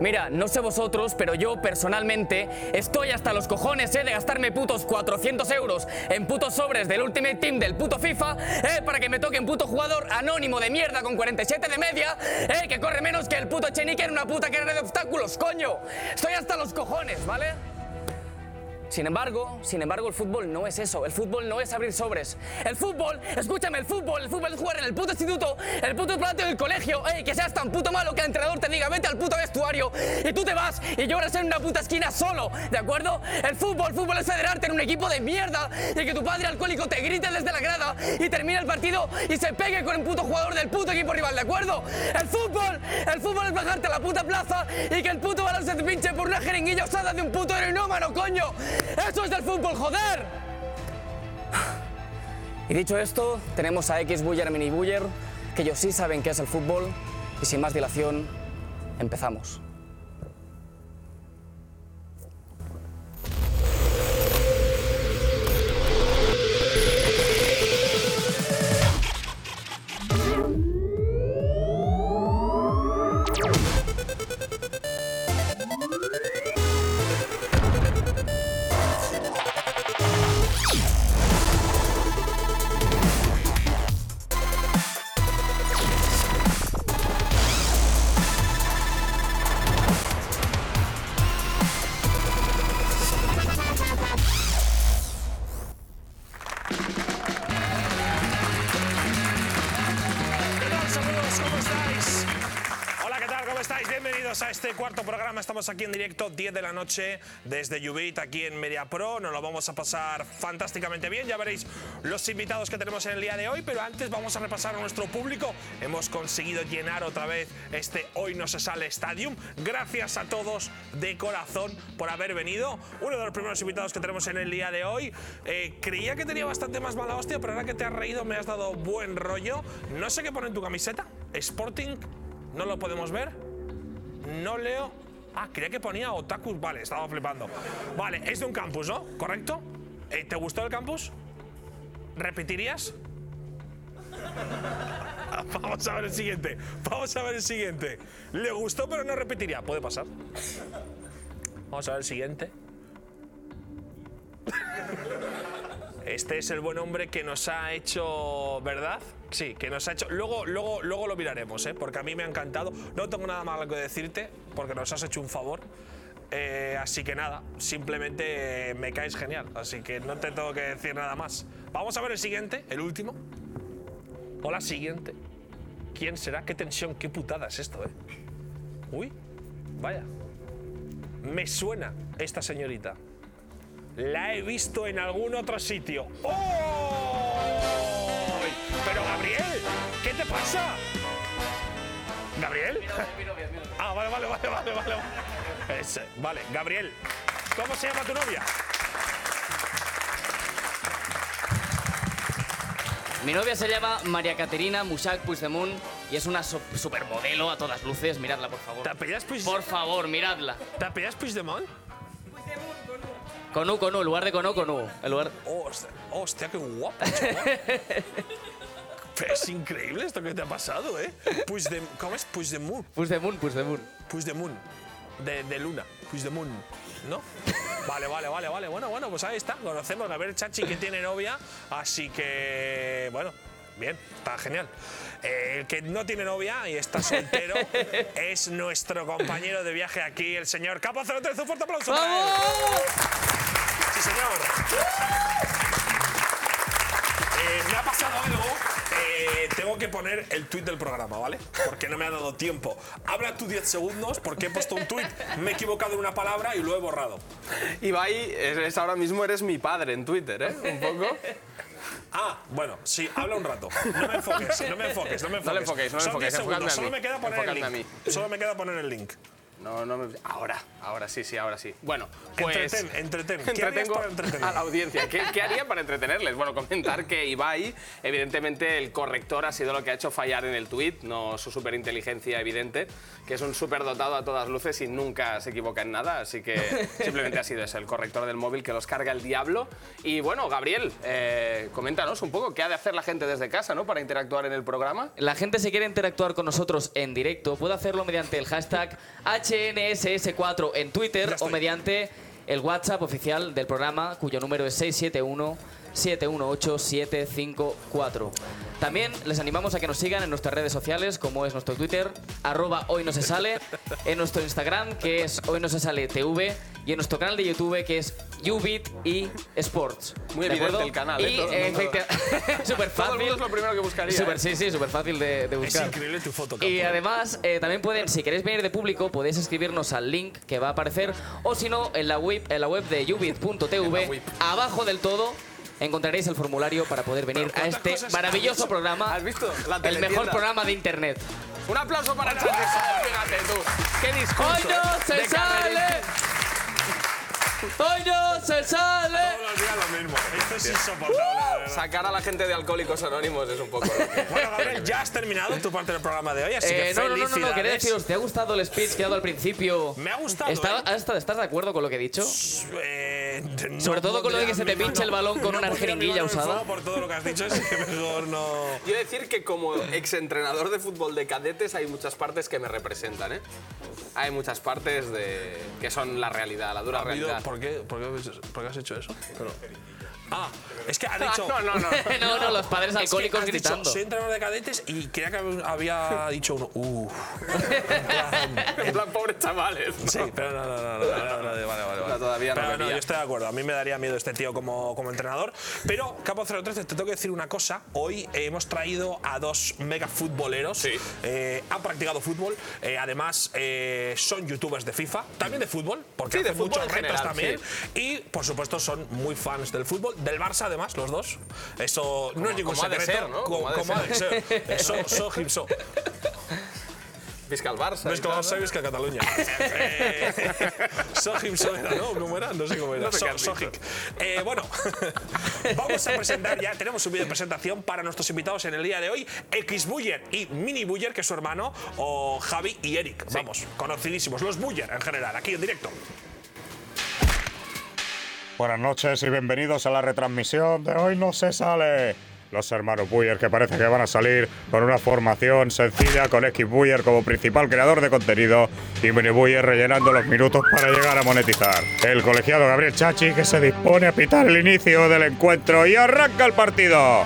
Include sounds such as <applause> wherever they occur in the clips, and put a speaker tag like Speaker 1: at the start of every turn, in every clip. Speaker 1: Mira, no sé vosotros, pero yo personalmente estoy hasta los cojones eh, de gastarme putos 400 euros en putos sobres del Ultimate Team del puto FIFA eh, para que me toque un puto jugador anónimo de mierda con 47 de media eh, que corre menos que el puto Chenique en una puta carrera de obstáculos, coño. Estoy hasta los cojones, ¿vale? Sin embargo, sin embargo, el fútbol no es eso. El fútbol no es abrir sobres. El fútbol, escúchame, el fútbol, el fútbol es jugar en el puto instituto, en el puto patio del colegio, ey, que seas tan puto malo que el entrenador te diga, vete al puto vestuario, y tú te vas y lloras en una puta esquina solo, ¿de acuerdo? El fútbol, el fútbol es federarte en un equipo de mierda y que tu padre alcohólico te grite desde la grada y termine el partido y se pegue con el puto jugador del puto equipo rival, ¿de acuerdo? El fútbol, el fútbol es bajarte a la puta plaza y que el puto balón se te pinche por una jeringuilla osada de un puto heroinómano, coño. ¡Eso es del fútbol, joder! Y dicho esto, tenemos a X Buller Mini Buller, que ellos sí saben qué es el fútbol, y sin más dilación, empezamos.
Speaker 2: ¿Qué tal, saludos? ¿Cómo estáis? Hola, ¿qué tal? ¿Cómo estáis? Bienvenidos a este cuarto programa. Estamos aquí en directo, 10 de la noche, desde Yubit, aquí en Media Pro. Nos lo vamos a pasar fantásticamente bien. Ya veréis los invitados que tenemos en el día de hoy, pero antes vamos a repasar a nuestro público. Hemos conseguido llenar otra vez este Hoy No Se Sale Stadium. Gracias a todos de corazón por haber venido. Uno de los primeros invitados que tenemos en el día de hoy. eh, creía que tenía bastante más mala hostia, pero ahora que te has reído me has dado buen rollo. No sé qué pone en tu camiseta. Sporting, no lo podemos ver. No leo. Ah, creía que ponía otakus. Vale, estaba flipando. Vale, es de un campus, ¿no? ¿Correcto? Eh, ¿Te gustó el campus? ¿Repetirías? <laughs> Vamos a ver el siguiente. Vamos a ver el siguiente. Le gustó, pero no repetiría. Puede pasar. Vamos a ver el siguiente. Este es el buen hombre que nos ha hecho, ¿verdad? Sí, que nos ha hecho. Luego, luego, luego lo miraremos, ¿eh? Porque a mí me ha encantado. No tengo nada malo que decirte, porque nos has hecho un favor. Eh, así que nada, simplemente eh, me caes genial. Así que no te tengo que decir nada más. Vamos a ver el siguiente, el último. O la siguiente. ¿Quién será? Qué tensión, qué putada es esto, ¿eh? Uy, vaya. Me suena esta señorita. La he visto en algún otro sitio. ¡Ay! Pero Gabriel, ¿qué te pasa? ¿Gabriel? Ah, vale, vale, vale, vale, vale. Ese, vale, Gabriel, ¿cómo se llama tu novia?
Speaker 1: Mi novia se llama María Caterina Musak Puigdemont y es una so- supermodelo a todas luces. Miradla, por favor.
Speaker 2: ¿Te apellidas Puig-
Speaker 1: Por favor, miradla.
Speaker 2: ¿Te apellidas Puigdemont?
Speaker 1: Con U, con U, en lugar de con O, con U. En lugar...
Speaker 2: Hostia, hostia, qué guapo. <laughs> chaval. Pero es increíble esto que te ha pasado, ¿eh? Puigdem- ¿Cómo es Puigdemont?
Speaker 1: Puigdemont, Puigdemont.
Speaker 2: Puigdemont. De, de Luna. Puigdemont. ¿No? Vale, vale, vale, vale. Bueno, bueno, pues ahí está. Conocemos a ver Chachi que tiene novia. Así que, bueno, bien, está genial. Eh, el que no tiene novia y está soltero es nuestro compañero de viaje aquí, el señor Capo 03. Un fuerte aplauso. para él.
Speaker 1: ¡Vamos!
Speaker 2: Sí, señor. Eh, me ha pasado algo. Eh, tengo que poner el tuit del programa, ¿vale? Porque no me ha dado tiempo. Habla tú 10 segundos porque he puesto un tuit, me he equivocado en una palabra y lo he borrado.
Speaker 3: Ibai, eres, ahora mismo eres mi padre en Twitter, ¿eh?
Speaker 2: <laughs>
Speaker 3: Un poco.
Speaker 2: Ah, bueno, sí, habla un rato. No me enfoques, no me enfoques, no me enfoques.
Speaker 3: No le enfoquéis, no le
Speaker 2: Son
Speaker 3: enfoquéis,
Speaker 2: 10 segundos,
Speaker 3: enfocadme a
Speaker 2: Solo
Speaker 3: mí,
Speaker 2: me queda poner el
Speaker 3: enfocadme a
Speaker 2: link.
Speaker 3: mí.
Speaker 2: Solo me queda poner el link.
Speaker 3: No, no me... Ahora, ahora sí, sí, ahora sí. Bueno, pues...
Speaker 2: Entreten, entreten. ¿Qué harías para entretener?
Speaker 3: a la audiencia. ¿Qué, qué haría para entretenerles? Bueno, comentar que Ibai, evidentemente el corrector ha sido lo que ha hecho fallar en el tuit, no su superinteligencia evidente, que es un superdotado a todas luces y nunca se equivoca en nada,
Speaker 2: <laughs>
Speaker 3: así que simplemente ha sido eso, el corrector del móvil que los carga el diablo. Y bueno, Gabriel, eh, coméntanos un poco qué ha de hacer la gente desde casa, ¿no? Para interactuar en el programa.
Speaker 1: La gente si quiere interactuar con nosotros en directo puede hacerlo mediante el hashtag HNSSTadium HNSS4 en Twitter
Speaker 2: Ya
Speaker 1: o
Speaker 2: estoy.
Speaker 1: mediante el WhatsApp oficial del programa, cuyo número es 671 718 754. También les animamos a que nos sigan en nuestras redes sociales, como es nuestro Twitter, arroba hoy no se sale, en nuestro Instagram, que es hoy no se sale TV, y en nuestro canal de YouTube, que es Ubit y Sports.
Speaker 3: Muy
Speaker 1: ¿De
Speaker 3: evidente
Speaker 1: acuerdo?
Speaker 3: el canal, ¿eh?
Speaker 1: Y,
Speaker 3: Todo el mundo-
Speaker 1: efecti- <laughs> súper
Speaker 3: Todo el
Speaker 1: fácil.
Speaker 3: mundo es lo primero que buscaría.
Speaker 1: Súper,
Speaker 3: ¿eh?
Speaker 1: sí, sí, súper fácil de, de
Speaker 2: Es
Speaker 1: buscar.
Speaker 2: increíble tu foto,
Speaker 1: Y
Speaker 2: campeón.
Speaker 1: además, eh, también pueden, si queréis venir de público, podéis escribirnos al link que va a aparecer, o si no, en la web, en la web de
Speaker 3: En la
Speaker 1: ubit.tv,
Speaker 3: web.
Speaker 1: abajo del todo, encontraréis el formulario para poder venir
Speaker 2: Pero
Speaker 1: a
Speaker 2: ¿cuántas
Speaker 1: este
Speaker 2: cosas
Speaker 1: maravilloso programa,
Speaker 3: ¿Has visto? La
Speaker 1: el
Speaker 3: teletienda.
Speaker 1: mejor programa de internet.
Speaker 3: Un aplauso para Sánchez. Fíjate tú. Qué discurso.
Speaker 1: ¡Hoy
Speaker 3: ¿eh?
Speaker 1: no se
Speaker 3: De
Speaker 1: sale!
Speaker 3: carrerista.
Speaker 1: ¡Hoy no se sale!
Speaker 2: Todos los días lo mismo. Esto es insoportable, de verdad.
Speaker 3: Sacar a la gente de Alcohólicos Anónimos es un poco lo que-
Speaker 2: Bueno, Gabriel, ya has terminado tu parte del programa de hoy, así
Speaker 1: Eh,
Speaker 2: que
Speaker 1: no, no, no, no, no, quería
Speaker 2: felicidades.
Speaker 1: deciros, ¿te ha gustado el speech que he dado al principio?
Speaker 2: Me ha gustado,
Speaker 1: ¿Está-
Speaker 2: ¿eh?
Speaker 1: has estado- ¿Estás de acuerdo con lo que he dicho?
Speaker 2: Eh, no
Speaker 1: Sobre todo con lo de que
Speaker 2: pondría
Speaker 1: se te
Speaker 2: mi
Speaker 1: pinche el balón con una
Speaker 2: pondría mi
Speaker 1: jeringuilla
Speaker 2: mano en el
Speaker 1: usada.
Speaker 2: fuego Por todo lo que has dicho, así que mejor no.
Speaker 3: Quiero decir que como exentrenador de fútbol de cadetes hay muchas partes que me representan, ¿eh? Hay muchas partes de... que son la realidad, la dura realidad. <laughs>
Speaker 2: ¿Por qué, por, qué, por qué has hecho eso? Pero- Ah, es que ha dicho. <laughs>
Speaker 3: no, no, no.
Speaker 1: <laughs>
Speaker 4: <laughs>
Speaker 1: no, no, los padres
Speaker 2: es que
Speaker 1: alcohólicos
Speaker 2: has dicho,
Speaker 1: gritando.
Speaker 2: Soy entrenador de cadetes y creía que había dicho uno. Uff.
Speaker 3: En plan, pobres chavales.
Speaker 2: Sí, pero no, no, no, no, no, no, vale, vale, vale.
Speaker 3: No, todavía no
Speaker 2: Pero
Speaker 3: me pilla.
Speaker 2: yo estoy de acuerdo. A mí me daría miedo este tío como, como entrenador. Pero, Capo 013, te tengo que decir una cosa. Hoy eh, hemos traído a dos mega futboleros.
Speaker 3: Sí.
Speaker 2: Eh, han practicado fútbol. Eh, además, eh, son youtubers de FIFA. También de fútbol. Porque
Speaker 3: Sí, de
Speaker 2: hacen
Speaker 3: fútbol
Speaker 2: muchos
Speaker 3: en
Speaker 2: retos
Speaker 3: general,
Speaker 2: también. Y, por supuesto, son muy fans del fútbol. Del Barça, además, los dos. Eso no es ningún
Speaker 3: como ha de
Speaker 2: secreto.
Speaker 3: ser, ¿no?
Speaker 2: Co-
Speaker 3: Como ha de
Speaker 2: como ha de ser. Eso, so, him, so.
Speaker 3: Visca el Barça.
Speaker 2: No
Speaker 3: y
Speaker 2: es que
Speaker 3: tal,
Speaker 2: vos sabéis Pues que a
Speaker 3: <laughs>
Speaker 2: Cataluña. Eh, Sohim Soera, ¿no? ¿Cómo era? No sé cómo era.
Speaker 3: No sé qué
Speaker 2: So-
Speaker 3: has dicho.
Speaker 2: Sohic. Eh, bueno, <laughs> vamos a presentar ya. Tenemos un vídeo de presentación para nuestros invitados en el día de hoy. X Buller y Mini Buller, que es su hermano, o Javi y Eric. Vamos, conocidísimos. Los Buller en general, aquí en directo.
Speaker 5: Buenas noches y bienvenidos a la retransmisión de Hoy no se sale. Los hermanos Buyer que parece que van a salir con una formación sencilla con X Buyer como principal creador de contenido y Mini Buyer rellenando los minutos para llegar a monetizar. El colegiado Gabriel Chachi que se dispone a pitar el inicio del encuentro y arranca el partido.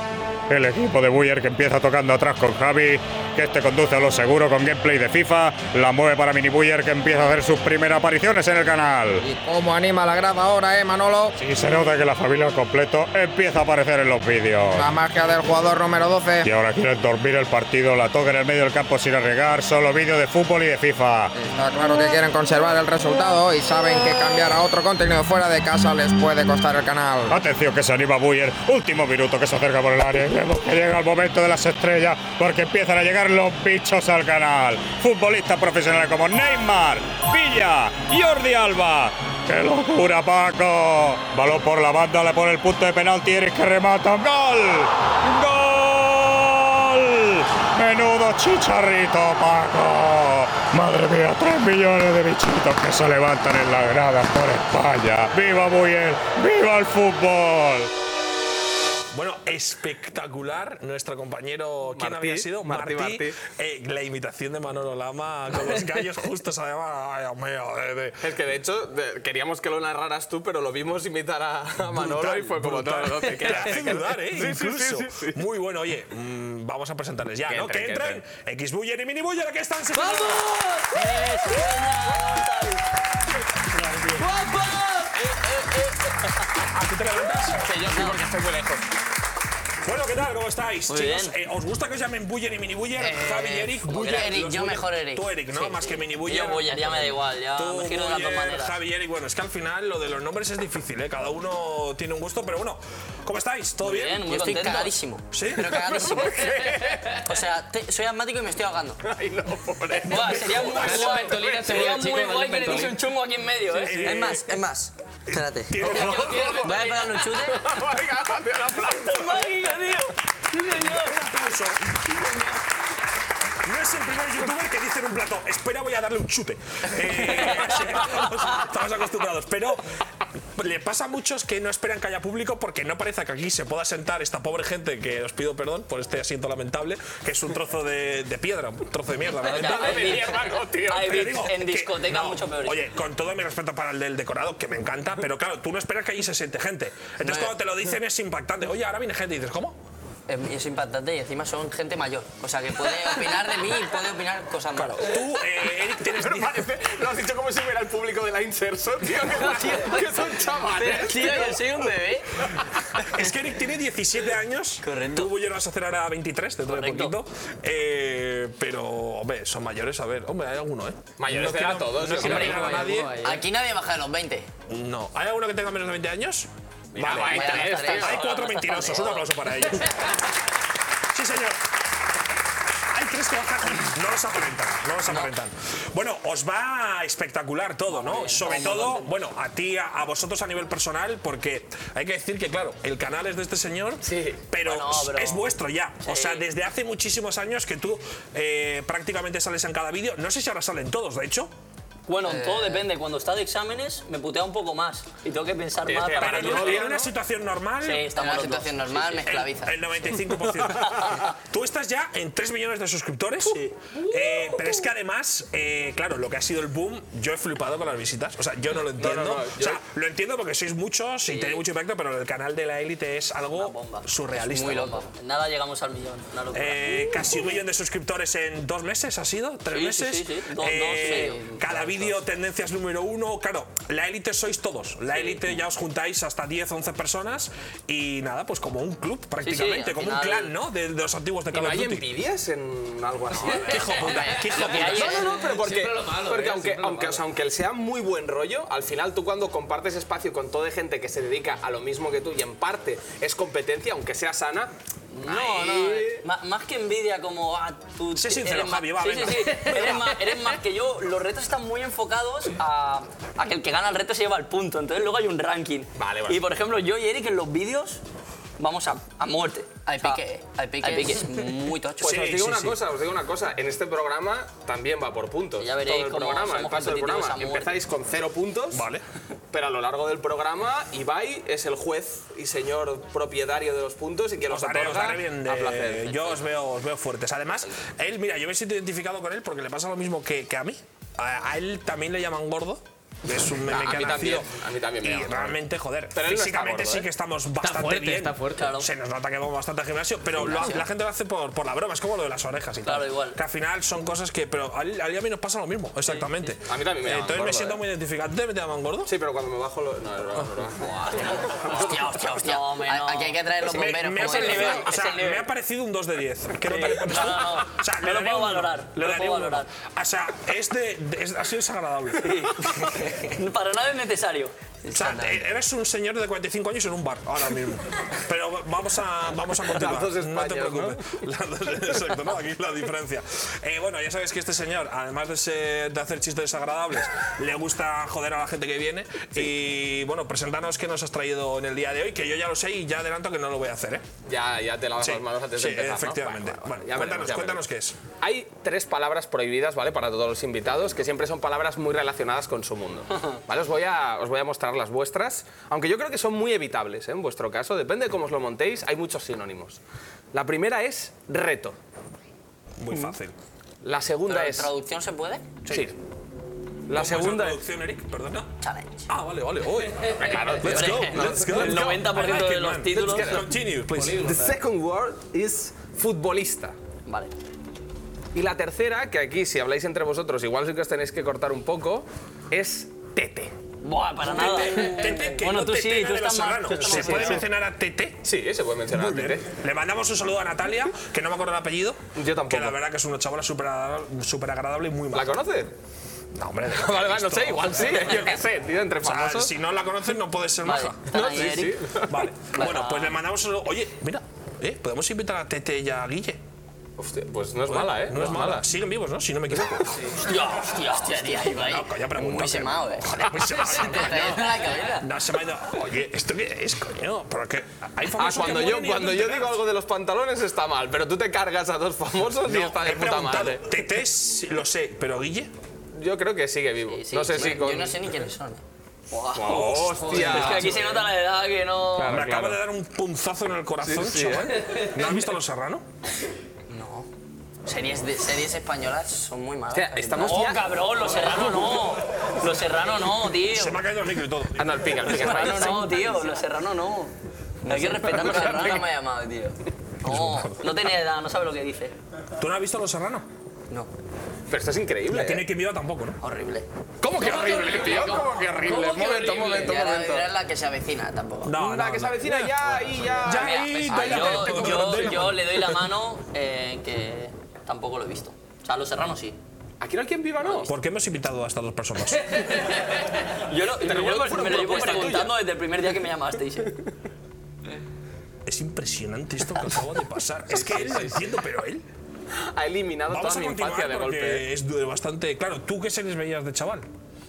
Speaker 5: El equipo de Buyer que empieza tocando atrás con Javi, que este conduce a lo seguro con gameplay de FIFA, la mueve para Mini Buyer que empieza a hacer sus primeras apariciones en el canal.
Speaker 6: ¿Y cómo anima la grada ahora, eh, Manolo?
Speaker 5: Y se nota que la familia al completo empieza a aparecer en los vídeos.
Speaker 6: La magia del jugador número 12.
Speaker 5: Y ahora quieren dormir el partido, la toca en el medio del campo sin arregar, solo vídeo de fútbol y de FIFA.
Speaker 6: Está claro que quieren conservar el resultado y saben que cambiar a otro contenido fuera de casa les puede costar el canal.
Speaker 5: Atención que se anima Buyer, último minuto que se acerca por el área y vemos que llega el momento de las estrellas porque empiezan a llegar los bichos al canal. Futbolistas profesionales como Neymar, Villa, Jordi Alba. ¡Qué locura, Paco! Balón por la banda, le pone el punto de penalti, Eric que remata. ¡Gol! ¡Gol! Menudo chicharrito, Paco. Madre mía, tres millones de bichitos que se levantan en las gradas por España. ¡Viva Buyer! ¡Viva el fútbol!
Speaker 2: Bueno, espectacular nuestro compañero, ¿quién
Speaker 3: Martí,
Speaker 2: había sido?
Speaker 3: Martí, Martí.
Speaker 2: Eh, la imitación de Manolo Lama con los gallos justos, además. Ay, Dios mío, de- de-
Speaker 3: Es que de hecho de- queríamos que lo narraras tú, pero lo vimos imitar a, a Manolo
Speaker 2: Brutal,
Speaker 3: y fue como
Speaker 2: brutal.
Speaker 3: todo.
Speaker 2: <laughs>
Speaker 3: ¿no? Que queda-
Speaker 2: Hace dudar, ¿eh?
Speaker 3: Sí, sí,
Speaker 2: Incluso.
Speaker 3: sí, sí, sí.
Speaker 2: Muy bueno, oye, mm, vamos a presentarles ya,
Speaker 3: Que
Speaker 2: ¿no?
Speaker 3: entren,
Speaker 2: que
Speaker 3: que
Speaker 2: entren. X Buller y Mini Buller, aquí están. sí,
Speaker 1: ¡Vamos!
Speaker 2: señor.
Speaker 1: ¡Guapa!
Speaker 2: ¿A ti te levantas?
Speaker 3: Que yo sí, porque estoy muy lejos.
Speaker 2: Bueno, ¿qué tal? ¿Cómo estáis?
Speaker 7: Muy
Speaker 2: Chicos,
Speaker 7: bien.
Speaker 2: eh, ¿os gusta que os llamen Buller y Mini Buller?
Speaker 7: Eh,
Speaker 2: Javi y Eric.
Speaker 7: joder,
Speaker 2: Buller,
Speaker 7: Eric,
Speaker 2: los
Speaker 7: yo
Speaker 2: Buller.
Speaker 7: mejor Eric.
Speaker 2: Tú Eric, ¿no?
Speaker 7: Sí,
Speaker 2: Más
Speaker 7: sí.
Speaker 2: que Mini
Speaker 7: Yo
Speaker 2: Buller.
Speaker 7: Buller, ya me da igual, ya
Speaker 2: Tú,
Speaker 7: me giro de las dos
Speaker 2: Buller,
Speaker 7: maneras.
Speaker 2: Javi y Eric, bueno, es que al final lo de los nombres es difícil, ¿eh? Cada uno tiene un gusto, pero bueno, ¿cómo estáis? ¿Todo bien?
Speaker 7: Bien,
Speaker 6: Yo
Speaker 7: muy
Speaker 6: estoy
Speaker 7: contento.
Speaker 6: cagadísimo.
Speaker 2: <laughs> ¿Sí?
Speaker 7: Pero cagadísimo. o sea, te- soy asmático y me estoy ahogando.
Speaker 3: Ay, no, pobre.
Speaker 7: Buah, sería muy
Speaker 1: Dale un mentolín a
Speaker 7: guay.
Speaker 1: este
Speaker 7: Sería
Speaker 1: buen chico,
Speaker 7: muy
Speaker 1: dale
Speaker 7: guay
Speaker 1: un
Speaker 7: que le diese
Speaker 1: mentolín.
Speaker 7: un chungo aquí en medio, ¿eh?
Speaker 2: Sí.
Speaker 6: Es más, es más. Espérate.
Speaker 2: Tienes-
Speaker 4: <laughs>
Speaker 7: Voy a pegarle un chute.
Speaker 3: Venga, hazte el aplauso.
Speaker 7: ¡Mágica, tío! ¡Sí, señor!
Speaker 2: aplauso. No es el primer youtuber que dice en un plato, espera, voy a darle un chute. Eh, <laughs> así que estamos, estamos acostumbrados, pero le pasa a muchos que no esperan que haya público porque no parece que aquí se pueda sentar esta pobre gente, que os pido perdón por este asiento lamentable, que es un trozo de, de piedra, un trozo de mierda. lamentable.
Speaker 3: de mierda, no, tío.
Speaker 7: Hay
Speaker 2: Pero
Speaker 7: bits
Speaker 2: digo
Speaker 7: en
Speaker 2: que-
Speaker 7: discoteca
Speaker 2: no,
Speaker 7: mucho peores.
Speaker 2: Oye, con todo mi respeto para el del decorado, que me encanta, pero claro, tú no esperas que allí se siente gente. Entonces cuando te lo dicen es impactante. Oye, ahora viene gente y dices, ¿cómo?
Speaker 7: Es, es impactante y encima son gente mayor. O sea, que puede opinar de mí y puede opinar cosas malas.
Speaker 2: Claro, tú, eh, <laughs> Eric, tienes...
Speaker 3: Pero parece, lo has dicho como si fuera el público de la Inserso, tío, que, que son chavales.
Speaker 7: Tío, yo soy un bebé.
Speaker 2: Es que Eric tiene 17 años.
Speaker 7: Correcto.
Speaker 2: Tú Buller, vas a hacer ahora 23 dentro de
Speaker 7: Correcto.
Speaker 2: poquito. Eh, pero, hombre, son mayores. A ver, hombre, hay alguno, ¿eh?
Speaker 3: Mayores de edad
Speaker 2: quiero-
Speaker 3: todos,
Speaker 2: No
Speaker 3: yo
Speaker 2: quiero
Speaker 3: creo.
Speaker 2: pegar a nadie.
Speaker 4: Guay.
Speaker 7: Aquí nadie baja de los 20.
Speaker 2: No. ¿Hay alguno que tenga menos de 20 años?
Speaker 3: Mira, hay
Speaker 7: vaya,
Speaker 3: tres,
Speaker 7: tres.
Speaker 3: tío.
Speaker 2: Hay cuatro
Speaker 7: Vale.
Speaker 2: mentirosos. Un aplauso para ellos. Sí, señor. Hay tres que bajan. No los aparentan, no los aparentan. Bueno, os va espectacular todo, ¿no? Sobre todo, bueno, a ti, a, a vosotros a nivel personal, porque hay que decir que, claro, el canal es de este señor,
Speaker 3: Sí.
Speaker 2: pero
Speaker 7: Bueno,
Speaker 2: es-
Speaker 7: bro.
Speaker 2: es vuestro ya. O
Speaker 7: Sí.
Speaker 2: sea, desde hace muchísimos años que tú eh, prácticamente sales en cada vídeo. No sé si ahora salen todos, de hecho.
Speaker 8: Bueno,
Speaker 7: Eh,
Speaker 8: todo depende. Cuando está de exámenes, me putea un poco más. Y tengo que pensar
Speaker 3: Sí, es
Speaker 8: más
Speaker 3: que
Speaker 8: para
Speaker 2: Pero
Speaker 3: para
Speaker 2: en,
Speaker 3: tu
Speaker 2: una-
Speaker 3: novia,
Speaker 2: en una
Speaker 3: ¿no?
Speaker 2: situación normal,
Speaker 8: Sí,
Speaker 7: Está en
Speaker 8: estamos
Speaker 7: una
Speaker 8: locos.
Speaker 7: situación normal, me esclaviza.
Speaker 2: El
Speaker 7: <laughs>
Speaker 2: 95%. Tú estás ya en 3 millones de suscriptores. Eh, pero es que además, eh, claro, lo que ha sido el boom, yo he flipado con las visitas. O sea, yo no lo entiendo.
Speaker 3: no,
Speaker 2: O sea, lo entiendo porque sois muchos y tenéis mucho impacto, pero el canal de la élite es
Speaker 7: Una
Speaker 2: algo
Speaker 7: bomba.
Speaker 2: surrealista.
Speaker 7: Es Muy loco. Nada llegamos al millón. Una locura.
Speaker 2: Eh, casi un millón de suscriptores en dos meses, ¿ha sido? ¿Tres
Speaker 8: Sí, sí,
Speaker 2: meses?
Speaker 8: sí, sí. Dos,
Speaker 2: Eh,
Speaker 8: dos, sí.
Speaker 2: Cada vídeo, tendencias número uno. Claro, la élite sois todos. La élite ya os juntáis hasta 10, 11 personas y nada, pues como un club prácticamente,
Speaker 7: al
Speaker 2: como un
Speaker 7: final-
Speaker 2: clan, ¿no? De, de los antiguos de
Speaker 3: ¿Y
Speaker 2: Call
Speaker 3: no
Speaker 2: of
Speaker 3: hay
Speaker 2: Duty.
Speaker 3: envidias en algo así?
Speaker 2: Qué hijo de puta, qué hijo de puta.
Speaker 3: No, no, no, pero porque,
Speaker 4: Siempre lo malo,
Speaker 3: porque
Speaker 4: eh,
Speaker 3: aunque,
Speaker 4: siempre lo
Speaker 3: aunque, o sea, aunque él sea muy buen rollo, al final tú cuando compartes espacio con todo de gente que se dedica a lo mismo que tú y en parte es competencia, aunque sea sana, eh.
Speaker 7: No, no.
Speaker 3: ahí-
Speaker 7: ma- más que envidia, como. Ah, tú
Speaker 2: Sé
Speaker 7: eres
Speaker 2: sincero,
Speaker 7: más-
Speaker 2: Javi, va,
Speaker 7: sí, sí,
Speaker 2: venga.
Speaker 7: sí, Eres más, eres más que yo. Los retos están muy enfocados a, a que el que gana el reto se lleva el punto. Entonces luego hay un ranking.
Speaker 3: Vale, vale.
Speaker 7: Y por ejemplo, yo y Eric en los vídeos vamos a, a muerte.
Speaker 8: Hay
Speaker 7: O sea,
Speaker 8: pique, hay pique.
Speaker 7: es muy tocho.
Speaker 3: Pues
Speaker 2: Sí,
Speaker 3: os digo
Speaker 2: sí,
Speaker 3: una
Speaker 2: sí.
Speaker 3: cosa, os digo una cosa. En este programa también va por puntos.
Speaker 7: Ya veréis
Speaker 3: Todo el
Speaker 7: cómo
Speaker 3: programa, el
Speaker 7: somos
Speaker 3: paso del
Speaker 7: competitivos
Speaker 3: programa.
Speaker 7: a muerte.
Speaker 3: Empezáis con cero puntos.
Speaker 2: Vale.
Speaker 3: Pero a lo largo del programa, Ibai es el juez y señor propietario de los puntos y que
Speaker 2: Os
Speaker 3: los
Speaker 2: daré, os
Speaker 3: otorga
Speaker 2: daré bien de-
Speaker 3: a placer. Ah,
Speaker 2: Yo os veo, os veo fuertes. Además, él, mira, yo me siento identificado con él porque le pasa lo mismo que, que a mí. A, a él también le llaman gordo. Es un meme
Speaker 3: A- a
Speaker 2: que ha
Speaker 3: mí también,
Speaker 2: nacido.
Speaker 3: a mí también me
Speaker 2: Y
Speaker 3: llaman gordo.
Speaker 2: realmente, joder,
Speaker 3: Pero él no está
Speaker 2: físicamente
Speaker 3: gordo,
Speaker 2: sí
Speaker 3: ¿eh?
Speaker 2: que estamos bastante
Speaker 4: fuerte,
Speaker 2: bien.
Speaker 4: está fuerte.
Speaker 7: Claro.
Speaker 2: Se nos nota que vamos bastante al gimnasio, pero lo- la gente lo hace por, por la broma. Es como lo de las orejas y
Speaker 7: Claro,
Speaker 2: tal.
Speaker 7: igual.
Speaker 2: Que al final son cosas que. Pero a él, a él y a mí nos pasa lo mismo, exactamente.
Speaker 3: A mí también me llaman
Speaker 2: Entonces me
Speaker 3: gordo,
Speaker 2: siento
Speaker 3: ¿eh?
Speaker 2: muy identificado. ¿A ti también ¿Te llaman gordo?
Speaker 3: Sí, pero cuando me bajo lo. No, es broma, es broma.
Speaker 7: Hostia, hostia, hostia.
Speaker 8: No, hombre, no.
Speaker 7: Aquí hay que traer los
Speaker 2: Me,
Speaker 7: bomberos.
Speaker 2: me ha
Speaker 7: como
Speaker 2: parecido-
Speaker 7: dicen.
Speaker 2: o sea,
Speaker 7: Es el nivel.
Speaker 2: me ha parecido un 2 de 10. ¿Qué no te parece?
Speaker 7: No, no, no.
Speaker 2: O sea,
Speaker 7: No
Speaker 2: le
Speaker 7: lo
Speaker 2: daría
Speaker 7: puedo
Speaker 2: un-
Speaker 7: valorar, no
Speaker 2: Le
Speaker 7: lo
Speaker 2: daría
Speaker 7: puedo
Speaker 2: un uno.
Speaker 7: valorar.
Speaker 2: O sea, es de, de- es- ha sido desagradable.
Speaker 7: <laughs> Para nada es necesario.
Speaker 2: O sea, te- eres un señor de 45 años en un bar ahora
Speaker 3: <laughs>
Speaker 2: mismo. Pero vamos a, vamos a continuar.
Speaker 3: Las dos
Speaker 2: no te
Speaker 3: Españas,
Speaker 2: preocupes. <laughs> Las dos- exacto, ¿no? Aquí la diferencia. Eh, bueno, ya sabes que este señor, además de, ser- de hacer chistes desagradables, le gusta joder a la gente que viene. Y bueno, preséntanos qué nos has traído en el día de hoy, que yo ya lo sé y ya adelanto que no lo voy a hacer, ¿eh?
Speaker 3: Ya, ya te lavas
Speaker 2: Sí,
Speaker 3: las manos antes
Speaker 2: sí,
Speaker 3: de empezar. ¿no?
Speaker 2: efectivamente.
Speaker 3: Vale, vale, vale.
Speaker 2: Vale,
Speaker 3: Ya
Speaker 2: cuéntanos,
Speaker 3: veremos, ya
Speaker 2: cuéntanos
Speaker 3: veremos.
Speaker 2: qué es.
Speaker 3: Hay tres palabras prohibidas, ¿vale? Para todos los invitados, que siempre son palabras muy relacionadas con
Speaker 2: <laughs>
Speaker 3: su mundo. ¿Vale? Os voy a, os voy a mostrar las vuestras, aunque yo creo que son muy evitables, ¿eh? en vuestro caso. Depende de cómo os lo montéis, hay muchos sinónimos. La primera es reto.
Speaker 2: Muy
Speaker 3: Mm.
Speaker 2: fácil.
Speaker 3: La segunda
Speaker 7: ¿Pero en
Speaker 3: es.
Speaker 7: traducción se puede?
Speaker 3: Sí.
Speaker 2: ¿Cómo
Speaker 3: La
Speaker 2: es
Speaker 3: segunda es.
Speaker 2: traducción, Eric? Perdona.
Speaker 7: Challenge.
Speaker 2: Ah, vale, vale. Uy.
Speaker 3: Claro, tío.
Speaker 2: Let's go,
Speaker 7: Hombre,
Speaker 2: let's go.
Speaker 7: el 90%
Speaker 2: I like
Speaker 7: de
Speaker 2: it,
Speaker 7: los
Speaker 2: man.
Speaker 7: títulos-
Speaker 2: Let's get- Continue, please.
Speaker 3: The second word is futbolista.
Speaker 7: Vale.
Speaker 3: Y la tercera, que aquí si habláis entre vosotros, igual sí que os tenéis que cortar un poco, es tete.
Speaker 7: Buah, para nada.
Speaker 2: Tete, que
Speaker 7: bueno,
Speaker 2: no
Speaker 7: tú
Speaker 2: Tete
Speaker 7: sí,
Speaker 2: era
Speaker 7: tú
Speaker 2: de los
Speaker 7: estás mal.
Speaker 2: Serrano.
Speaker 7: tú estás
Speaker 2: ¿Se
Speaker 7: mal.
Speaker 2: puede mencionar a Tete?
Speaker 3: Sí, se puede mencionar a tete.
Speaker 2: Le mandamos un saludo a Natalia, que no me acuerdo el apellido.
Speaker 3: Yo tampoco.
Speaker 2: Que la verdad que es una chavala súper agradable- súper agradable y muy
Speaker 3: ¿La
Speaker 2: mala.
Speaker 3: conoces?
Speaker 2: No, <laughs> hombre, de lo que
Speaker 3: Vale,
Speaker 2: he
Speaker 3: vale, no
Speaker 2: visto.
Speaker 3: sé,
Speaker 2: <laughs>
Speaker 3: igual sí, ¿eh? yo qué sé, tío, entre
Speaker 2: O sea,
Speaker 3: famosos.
Speaker 2: si no la conoces, no puedes ser
Speaker 7: Vale,
Speaker 2: maja.
Speaker 7: están ahí,
Speaker 3: sí,
Speaker 7: Eric.
Speaker 3: sí.
Speaker 2: Vale. Bueno, pues le mandamos un saludo. Oye, mira, eh, ¿podemos invitar a Tete y a Guille?
Speaker 3: Hostia, pues no es mala, ¿eh?
Speaker 2: No es mala. Siguen vivos, ¿no? Si no me equivoco.
Speaker 3: <laughs>
Speaker 7: Hostia, hostia, hostia, tío, ahí va, ahí.
Speaker 2: Loco, ya pregunto.
Speaker 7: Muy
Speaker 2: que-
Speaker 7: semado, eh.
Speaker 2: Joder, muy semado,
Speaker 7: <laughs> Se te está
Speaker 2: coño.
Speaker 7: yendo la cabeza.
Speaker 2: No se me ha ido. Oye, ¿esto qué es, coño? Porque hay
Speaker 3: Ah,
Speaker 2: famosos que
Speaker 3: cuando yo,
Speaker 2: mueren y no
Speaker 3: cuando
Speaker 2: te
Speaker 3: yo
Speaker 2: enteras.
Speaker 3: digo algo de los pantalones está mal, pero tú te cargas a dos famosos y
Speaker 2: No,
Speaker 3: está
Speaker 2: he
Speaker 3: de puta
Speaker 2: preguntado.
Speaker 3: madre.
Speaker 2: Teté, sí, lo sé, pero Guille.
Speaker 3: Yo creo que sigue vivo.
Speaker 7: Sí, sí,
Speaker 3: no sé
Speaker 7: sí,
Speaker 3: si con.
Speaker 7: Yo no sé ni quiénes son.
Speaker 3: Guau, hostia.
Speaker 7: Es que aquí se nota la edad que no.
Speaker 3: Claro,
Speaker 2: me acaba
Speaker 3: claro.
Speaker 2: de dar un punzazo en el corazón,
Speaker 3: Sí, sí,
Speaker 2: chaval. ¿No has
Speaker 3: <laughs>
Speaker 2: visto Los Serrano?
Speaker 7: No. Series, de, series españolas son muy malas.
Speaker 3: Hostia, estamos
Speaker 7: no,
Speaker 3: ya-
Speaker 7: cabrón, los serrano no. Los serrano no, tío.
Speaker 2: Se me ha caído el micro y todo.
Speaker 3: Ah, no, el pica, el
Speaker 7: Los
Speaker 3: pica.
Speaker 7: serrano no, tío. Los serrano no. Hay que respetar los serrano.
Speaker 3: Nunca
Speaker 7: me ha llamado, tío. No, no tiene edad, no sabe lo que dice.
Speaker 2: ¿Tú no has visto Los Serrano?
Speaker 7: No,
Speaker 3: Pero esto es increíble.
Speaker 2: La
Speaker 3: ¿eh?
Speaker 2: tiene que mirar tampoco, ¿no?
Speaker 7: horrible.
Speaker 3: ¿Cómo que horrible, tío? ¿Cómo que horrible?
Speaker 7: ¿Cómo que
Speaker 3: momento,
Speaker 7: horrible?
Speaker 3: momento,
Speaker 7: Ya era-
Speaker 3: momento.
Speaker 7: era la que se avecina tampoco.
Speaker 2: No,
Speaker 3: la
Speaker 2: no,
Speaker 3: Mm, que se
Speaker 2: no.
Speaker 3: avecina ya, ahí, ya.
Speaker 2: Ya,
Speaker 7: Mira,
Speaker 2: ahí,
Speaker 7: ah,
Speaker 2: te- te-
Speaker 7: yo,
Speaker 2: te-
Speaker 7: yo-
Speaker 2: te- te-
Speaker 7: yo le doy la mano eh, que tampoco lo he visto. O sea, los serranos sí.
Speaker 3: Aquí no hay quien viva, no.
Speaker 2: ¿Por qué hemos invitado a estas dos personas?
Speaker 7: Yo lo, me, lo
Speaker 3: recuerdo
Speaker 7: llevo-
Speaker 3: que fue una
Speaker 7: me lo llevo
Speaker 3: propuesta
Speaker 7: preguntando desde el primer día que me llamasteis. eh.
Speaker 2: es impresionante esto que acaba de
Speaker 3: <laughs>
Speaker 2: pasar. Es que él lo entiendo, pero él.
Speaker 3: Ha eliminado
Speaker 2: Vamos
Speaker 3: toda
Speaker 2: a
Speaker 3: mi infancia
Speaker 2: continuar
Speaker 3: de golpe.
Speaker 2: porque
Speaker 3: ¿eh?
Speaker 2: es du- bastante. Claro, ¿tú qué series veías de chaval?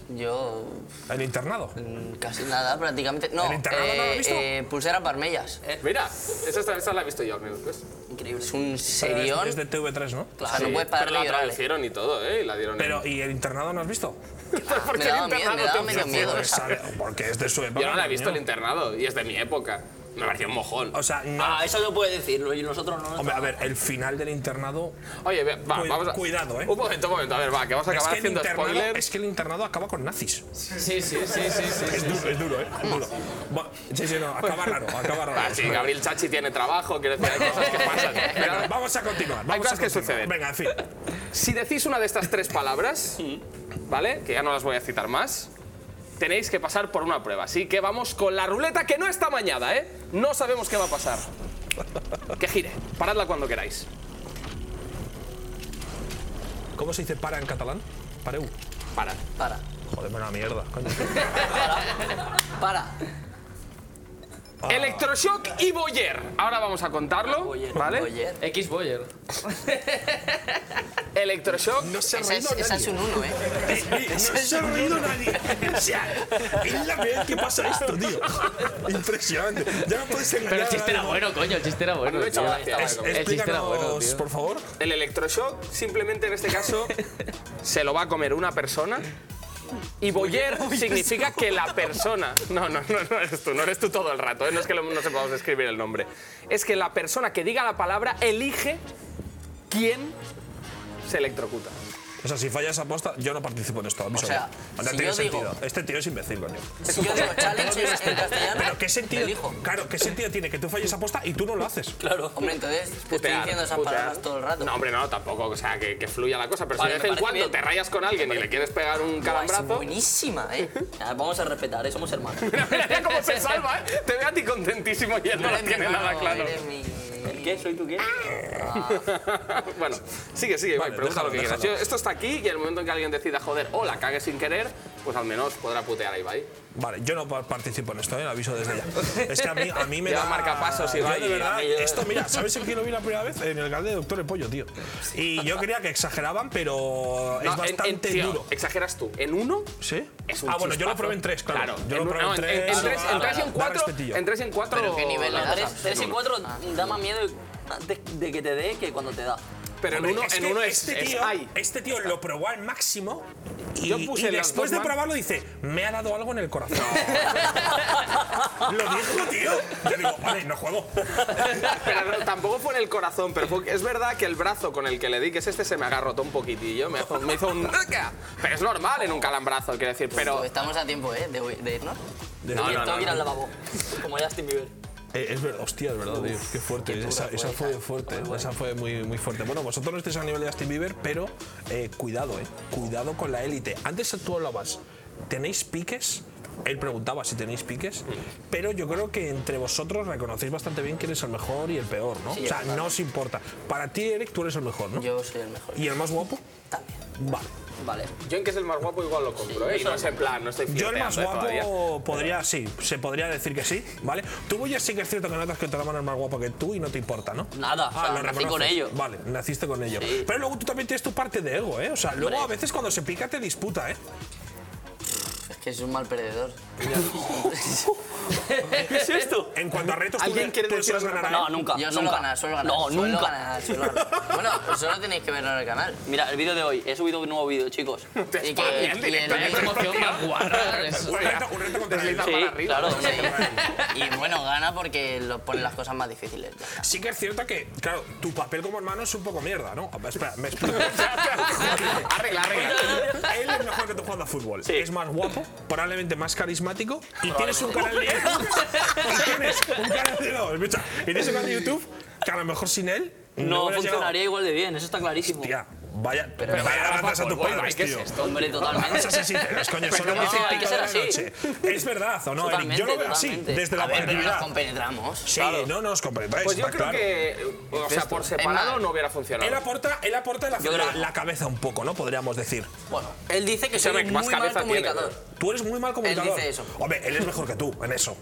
Speaker 7: Yo
Speaker 2: El internado. Eh,
Speaker 7: mm, casi nada, prácticamente. No,
Speaker 2: ¿El internado no lo has visto?
Speaker 7: eh, pulseras parmellas.
Speaker 3: Eh, Mira, esa, esta- esa la he visto yo al menos. pues.
Speaker 7: Increíble. Es un
Speaker 2: Es,
Speaker 7: serión.
Speaker 2: es de TV3, ¿no?
Speaker 7: Claro,
Speaker 3: Sí,
Speaker 7: Ah, no
Speaker 3: pero
Speaker 7: puedes pararle y
Speaker 3: la
Speaker 7: llorarle.
Speaker 3: traducieron y todo, ¿eh? Y la dieron. en- <laughs>
Speaker 2: Pero, ¿y el internado no has visto?
Speaker 3: ¿Por
Speaker 7: Me
Speaker 3: qué el
Speaker 7: daba miedo,
Speaker 3: internado
Speaker 7: me daba
Speaker 3: te obsesiona?
Speaker 7: medio miedo
Speaker 2: Porque
Speaker 7: esa.
Speaker 2: sabe- Porque es de su época.
Speaker 3: Yo no la he visto el
Speaker 2: coño.
Speaker 3: internado y es de mi época. Me pareció un mojón.
Speaker 2: O sea, no.
Speaker 7: Ah, eso no puedes decirlo y nosotros no.
Speaker 2: Hombre, a ver, el final del internado.
Speaker 3: Oye, ve- va,
Speaker 2: Cuid-
Speaker 3: vamos a.
Speaker 2: cuidado, ¿eh?
Speaker 3: Un momento, un momento, a ver, va, que vamos a
Speaker 2: Es
Speaker 3: acabar
Speaker 2: que, el
Speaker 3: haciendo
Speaker 2: internado,
Speaker 3: spoilers.
Speaker 2: es que el internado acaba con nazis.
Speaker 4: Sí, sí, sí, sí. sí.
Speaker 2: Es duro, es duro, ¿eh? Es duro. Bueno, sí, sí, no, acaba raro, acaba raro.
Speaker 3: Ah, sí, Gabriel Chachi tiene trabajo, quiero decir, hay cosas que
Speaker 2: <laughs>
Speaker 3: pasan.
Speaker 7: <laughs>
Speaker 2: Venga,
Speaker 3: Pero
Speaker 2: vamos a continuar. Vamos
Speaker 3: cosas
Speaker 2: a
Speaker 3: que
Speaker 2: continuar.
Speaker 3: suceden.
Speaker 2: Venga, en fin.
Speaker 3: si decís una de estas tres palabras, ¿vale? Que ya no las voy a citar más, tenéis que pasar por una prueba. Así que vamos con la ruleta que no está mañada, ¿eh? No sabemos qué va a pasar. Que gire, paradla cuando queráis.
Speaker 2: ¿Cómo se dice para en catalán? Pareu.
Speaker 3: Parad.
Speaker 7: Para,
Speaker 2: Joder, una mierda. coño.
Speaker 7: para.
Speaker 2: Ah.
Speaker 3: Electroshock y Boyer. Ahora vamos a contarlo,
Speaker 7: Boyer,
Speaker 3: ¿vale?
Speaker 7: Boyer.
Speaker 4: X Boyer.
Speaker 3: Electroshock.
Speaker 2: No se ha
Speaker 7: Esa es,
Speaker 2: reído
Speaker 7: esa es
Speaker 2: nadie.
Speaker 7: un uno, ¿eh?
Speaker 2: Eh, No se ha reído nadie. O sea, es la primera vez que pasa esto, <laughs> tío. Impresionante. Ya no puedes engañar.
Speaker 4: Pero el
Speaker 2: a
Speaker 4: chiste era
Speaker 2: nadie.
Speaker 4: bueno, coño, el chiste era
Speaker 3: A mí
Speaker 4: bueno.
Speaker 3: me ha hecho
Speaker 4: tío.
Speaker 3: gracia.
Speaker 2: Es-
Speaker 4: El chiste era
Speaker 2: explícanos,
Speaker 4: bueno, tío.
Speaker 2: por favor.
Speaker 3: El electroshock simplemente en este caso se lo va a comer una persona. Y Boyer significa que la persona. No, no, no, no eres tú, no eres tú todo el rato, ¿eh? no es que lo- no sepamos escribir el nombre. Es que la persona que diga la palabra elige quién se electrocuta.
Speaker 2: O sea, si fallas aposta, yo no participo en esto. O
Speaker 7: sea,
Speaker 2: no
Speaker 7: si
Speaker 2: tiene
Speaker 7: yo digo-
Speaker 2: sentido. Este tío es imbécil, coño.
Speaker 7: Si yo digo challenge en- en castellano,
Speaker 2: Pero ¿qué sentido?
Speaker 7: elijo.
Speaker 2: Claro, ¿qué sentido tiene que tú falles aposta y tú no lo haces?
Speaker 7: Claro. Hombre, entonces te estoy
Speaker 3: Putear,
Speaker 7: diciendo esas
Speaker 3: putear.
Speaker 7: palabras todo el rato.
Speaker 3: No, hombre, no, tampoco, o sea, que, que fluya la cosa. Pero
Speaker 7: Vale,
Speaker 3: si de vez
Speaker 7: me
Speaker 3: en
Speaker 7: parece
Speaker 3: cuando
Speaker 7: bien.
Speaker 3: te rayas con alguien y le quieres pegar un
Speaker 7: Buah, es
Speaker 3: calambrazo.
Speaker 7: buenísima, ¿eh? Ah, Vamos a respetar, ¿eh? somos
Speaker 3: <laughs>
Speaker 7: hermanos.
Speaker 3: Mira, mira, mira cómo se salva, ¿eh? Te veo a ti contentísimo y él no lo
Speaker 7: Eres mi
Speaker 3: tiene
Speaker 7: hermano,
Speaker 3: nada claro.
Speaker 7: eres mi-
Speaker 8: ¿Qué? ¿Soy tú qué?
Speaker 3: <laughs> bueno, sigue, sigue,
Speaker 2: Vale,
Speaker 3: Ibai, pregunta
Speaker 2: déjalo,
Speaker 3: lo que quieras.
Speaker 2: déjalo.
Speaker 3: Yo- esto está aquí y en el momento en que alguien decida, joder, o la cague sin querer, pues al menos podrá putear a Ibai.
Speaker 2: Vale, yo no pa- participo en esto, ¿eh? lo aviso desde ya. Es que a mí, a mí me
Speaker 3: Ya
Speaker 2: da
Speaker 3: marcapasos,
Speaker 2: Yo,
Speaker 3: Ibai,
Speaker 2: de verdad,
Speaker 3: a mí ya-
Speaker 2: esto, mira, ¿sabes en qué lo vi la primera vez? En el canal de Doctor El Pollo, tío. Y yo creía que exageraban, pero
Speaker 3: No,
Speaker 2: es
Speaker 3: en- en-
Speaker 2: bastante
Speaker 3: tío,
Speaker 2: duro.
Speaker 3: Exageras tú. En uno
Speaker 2: ¿Sí?
Speaker 3: es un
Speaker 2: ah, bueno, yo lo
Speaker 3: chispazo.
Speaker 2: probé en tres, claro. yo lo
Speaker 3: en,
Speaker 2: probé
Speaker 3: no,
Speaker 2: en tres. ah,
Speaker 3: en- en tres, en tres y en
Speaker 2: Da
Speaker 3: cuatro.
Speaker 2: respetillo.
Speaker 3: En tres y en cuatro.
Speaker 7: Pero qué nivel
Speaker 3: la
Speaker 7: le
Speaker 3: cosa
Speaker 7: das.
Speaker 3: es
Speaker 8: Tres y
Speaker 3: duro.
Speaker 8: cuatro da más miedo antes de que te dé que cuando te da.
Speaker 3: Pero en
Speaker 2: Hombre,
Speaker 3: uno
Speaker 2: es
Speaker 3: en
Speaker 2: que
Speaker 3: uno es.
Speaker 2: este
Speaker 3: es
Speaker 2: tío,
Speaker 3: ay.
Speaker 2: este tío lo probó al máximo y,
Speaker 3: Yo puse
Speaker 2: y
Speaker 3: las
Speaker 2: después
Speaker 3: dos
Speaker 2: de
Speaker 3: man-
Speaker 2: probarlo dice, me ha dado algo en el
Speaker 3: <laughs>
Speaker 2: corazón. lo dijo, tío. Yo digo, vale, no juego.
Speaker 3: Pero no, tampoco fue en el corazón, pero fue- es verdad que el brazo con el que le di, que es este, se me agarrotó un poquitillo. Me hizo, me hizo un. Pero es normal en un calambrazo, quiero decir. Pero.
Speaker 7: Pues Estamos a tiempo, ¿eh? De, de irnos.
Speaker 3: No,
Speaker 8: Oye,
Speaker 3: no,
Speaker 8: tengo
Speaker 3: no,
Speaker 8: que ir al
Speaker 3: no.
Speaker 8: lavabo. Como Justin Bieber.
Speaker 2: Eh, es verdad, hostia, es verdad, tío. Qué fuerte. esa, esa fue fuerte, esa fue muy, muy fuerte. Bueno, vosotros no estáis a nivel de Justin Bieber, pero eh, cuidado, eh. Cuidado con la élite. Antes tú hablabas, ¿tenéis piques? Él preguntaba si tenéis piques, pero yo creo que entre vosotros reconocéis bastante bien quién es el mejor y el peor, ¿no? o sea, no os importa. Para ti, Eric, tú eres el mejor, ¿no?
Speaker 7: Yo soy el mejor.
Speaker 2: ¿Y el más guapo?
Speaker 7: También.
Speaker 2: Vale.
Speaker 7: Vale. pues
Speaker 3: Yo en que es el más guapo igual lo compro, ¿eh? Y no es en plan, no estoy
Speaker 2: Yo el más
Speaker 3: fileteando, ¿eh?
Speaker 2: guapo
Speaker 3: todavía.
Speaker 2: podría, sí, se podría decir que sí, ¿vale? Tú, Buller, sí que es cierto que notas que te hermano es más guapo que tú y no te importa, ¿no?
Speaker 8: Nada, o sea,
Speaker 2: lo
Speaker 8: nací con
Speaker 2: reconoces.
Speaker 8: ello.
Speaker 2: Vale, naciste con ello. Pero luego tú también tienes tu parte de ego, ¿eh? O sea, luego a veces cuando se pica te disputa, ¿eh?
Speaker 8: Es que es un mal perdedor.
Speaker 2: ¿Qué es esto? En cuanto a retos, tú,
Speaker 3: ¿Alguien quiere
Speaker 2: tú
Speaker 3: decir
Speaker 2: sueles
Speaker 3: otra
Speaker 2: ganar,
Speaker 3: cosa?
Speaker 2: ¿eh?
Speaker 8: No, nunca.
Speaker 7: Yo suelo
Speaker 8: nunca.
Speaker 7: ganar, suelo ganar.
Speaker 8: No,
Speaker 7: suelo
Speaker 8: nunca.
Speaker 7: ganar, suelo ganar. Bueno, solo tenéis que verlo en el canal.
Speaker 8: Mira, el vídeo de hoy. He subido un nuevo vídeo,
Speaker 7: <laughs>
Speaker 8: chicos.
Speaker 7: Y que y
Speaker 4: Qué
Speaker 7: le-
Speaker 4: promoción más guarra. Es-
Speaker 2: Un reto, un reto contra
Speaker 3: Desliza
Speaker 2: él.
Speaker 8: Sí,
Speaker 3: para
Speaker 7: <laughs>
Speaker 3: arriba.
Speaker 8: claro.
Speaker 3: ¿no?
Speaker 7: y bueno, gana porque lo pone las cosas más difíciles. ya está.
Speaker 2: Sí que es cierto que, claro, tu papel como hermano es un poco mierda, ¿no? Ah, Espera, me explico.
Speaker 3: Arregla, arregla.
Speaker 2: Él es mejor que tú jugando a fútbol. Es más guapo, probablemente más carismático y tienes un canal de <laughs> y tienes un canal de no, escucha, y tienes un canal de YouTube que a lo mejor sin él
Speaker 8: No
Speaker 2: hubieras
Speaker 8: funcionaría igual de bien, eso está clarísimo.
Speaker 2: llegado. Tía, vaya, pero vaya gracias a tu padre,
Speaker 3: ¿qué es
Speaker 2: tío.
Speaker 3: esto?
Speaker 8: Hombre,
Speaker 2: Vamos a
Speaker 8: totalmente.
Speaker 2: ser sinceros, coño, solo
Speaker 8: no,
Speaker 2: hemos
Speaker 8: hay que
Speaker 2: llegado
Speaker 8: ser
Speaker 2: a la
Speaker 8: así.
Speaker 2: noche. Es verdad, ¿o no, Eric?
Speaker 8: Totalmente,
Speaker 2: Yo lo veo así,
Speaker 8: totalmente.
Speaker 2: desde la
Speaker 7: A ver, pero nos
Speaker 2: objetividad.
Speaker 7: compenetramos.
Speaker 2: Sí, no nos comprendáis.
Speaker 3: Pues yo
Speaker 2: está
Speaker 3: creo
Speaker 2: claro.
Speaker 3: que, o sea, por separado no hubiera funcionado.
Speaker 2: Él aporta, él aporta la,
Speaker 8: Yo creo-
Speaker 2: la- la cabeza un poco, ¿no? Podríamos decir.
Speaker 7: Bueno, él dice que
Speaker 3: Se
Speaker 7: soy
Speaker 3: ve
Speaker 7: un
Speaker 3: que
Speaker 7: muy
Speaker 3: más
Speaker 7: mal
Speaker 3: cabeza tiene,
Speaker 7: comunicador.
Speaker 2: Tú eres muy mal comunicador.
Speaker 7: dice eso.
Speaker 2: Hombre, él es mejor que tú en eso.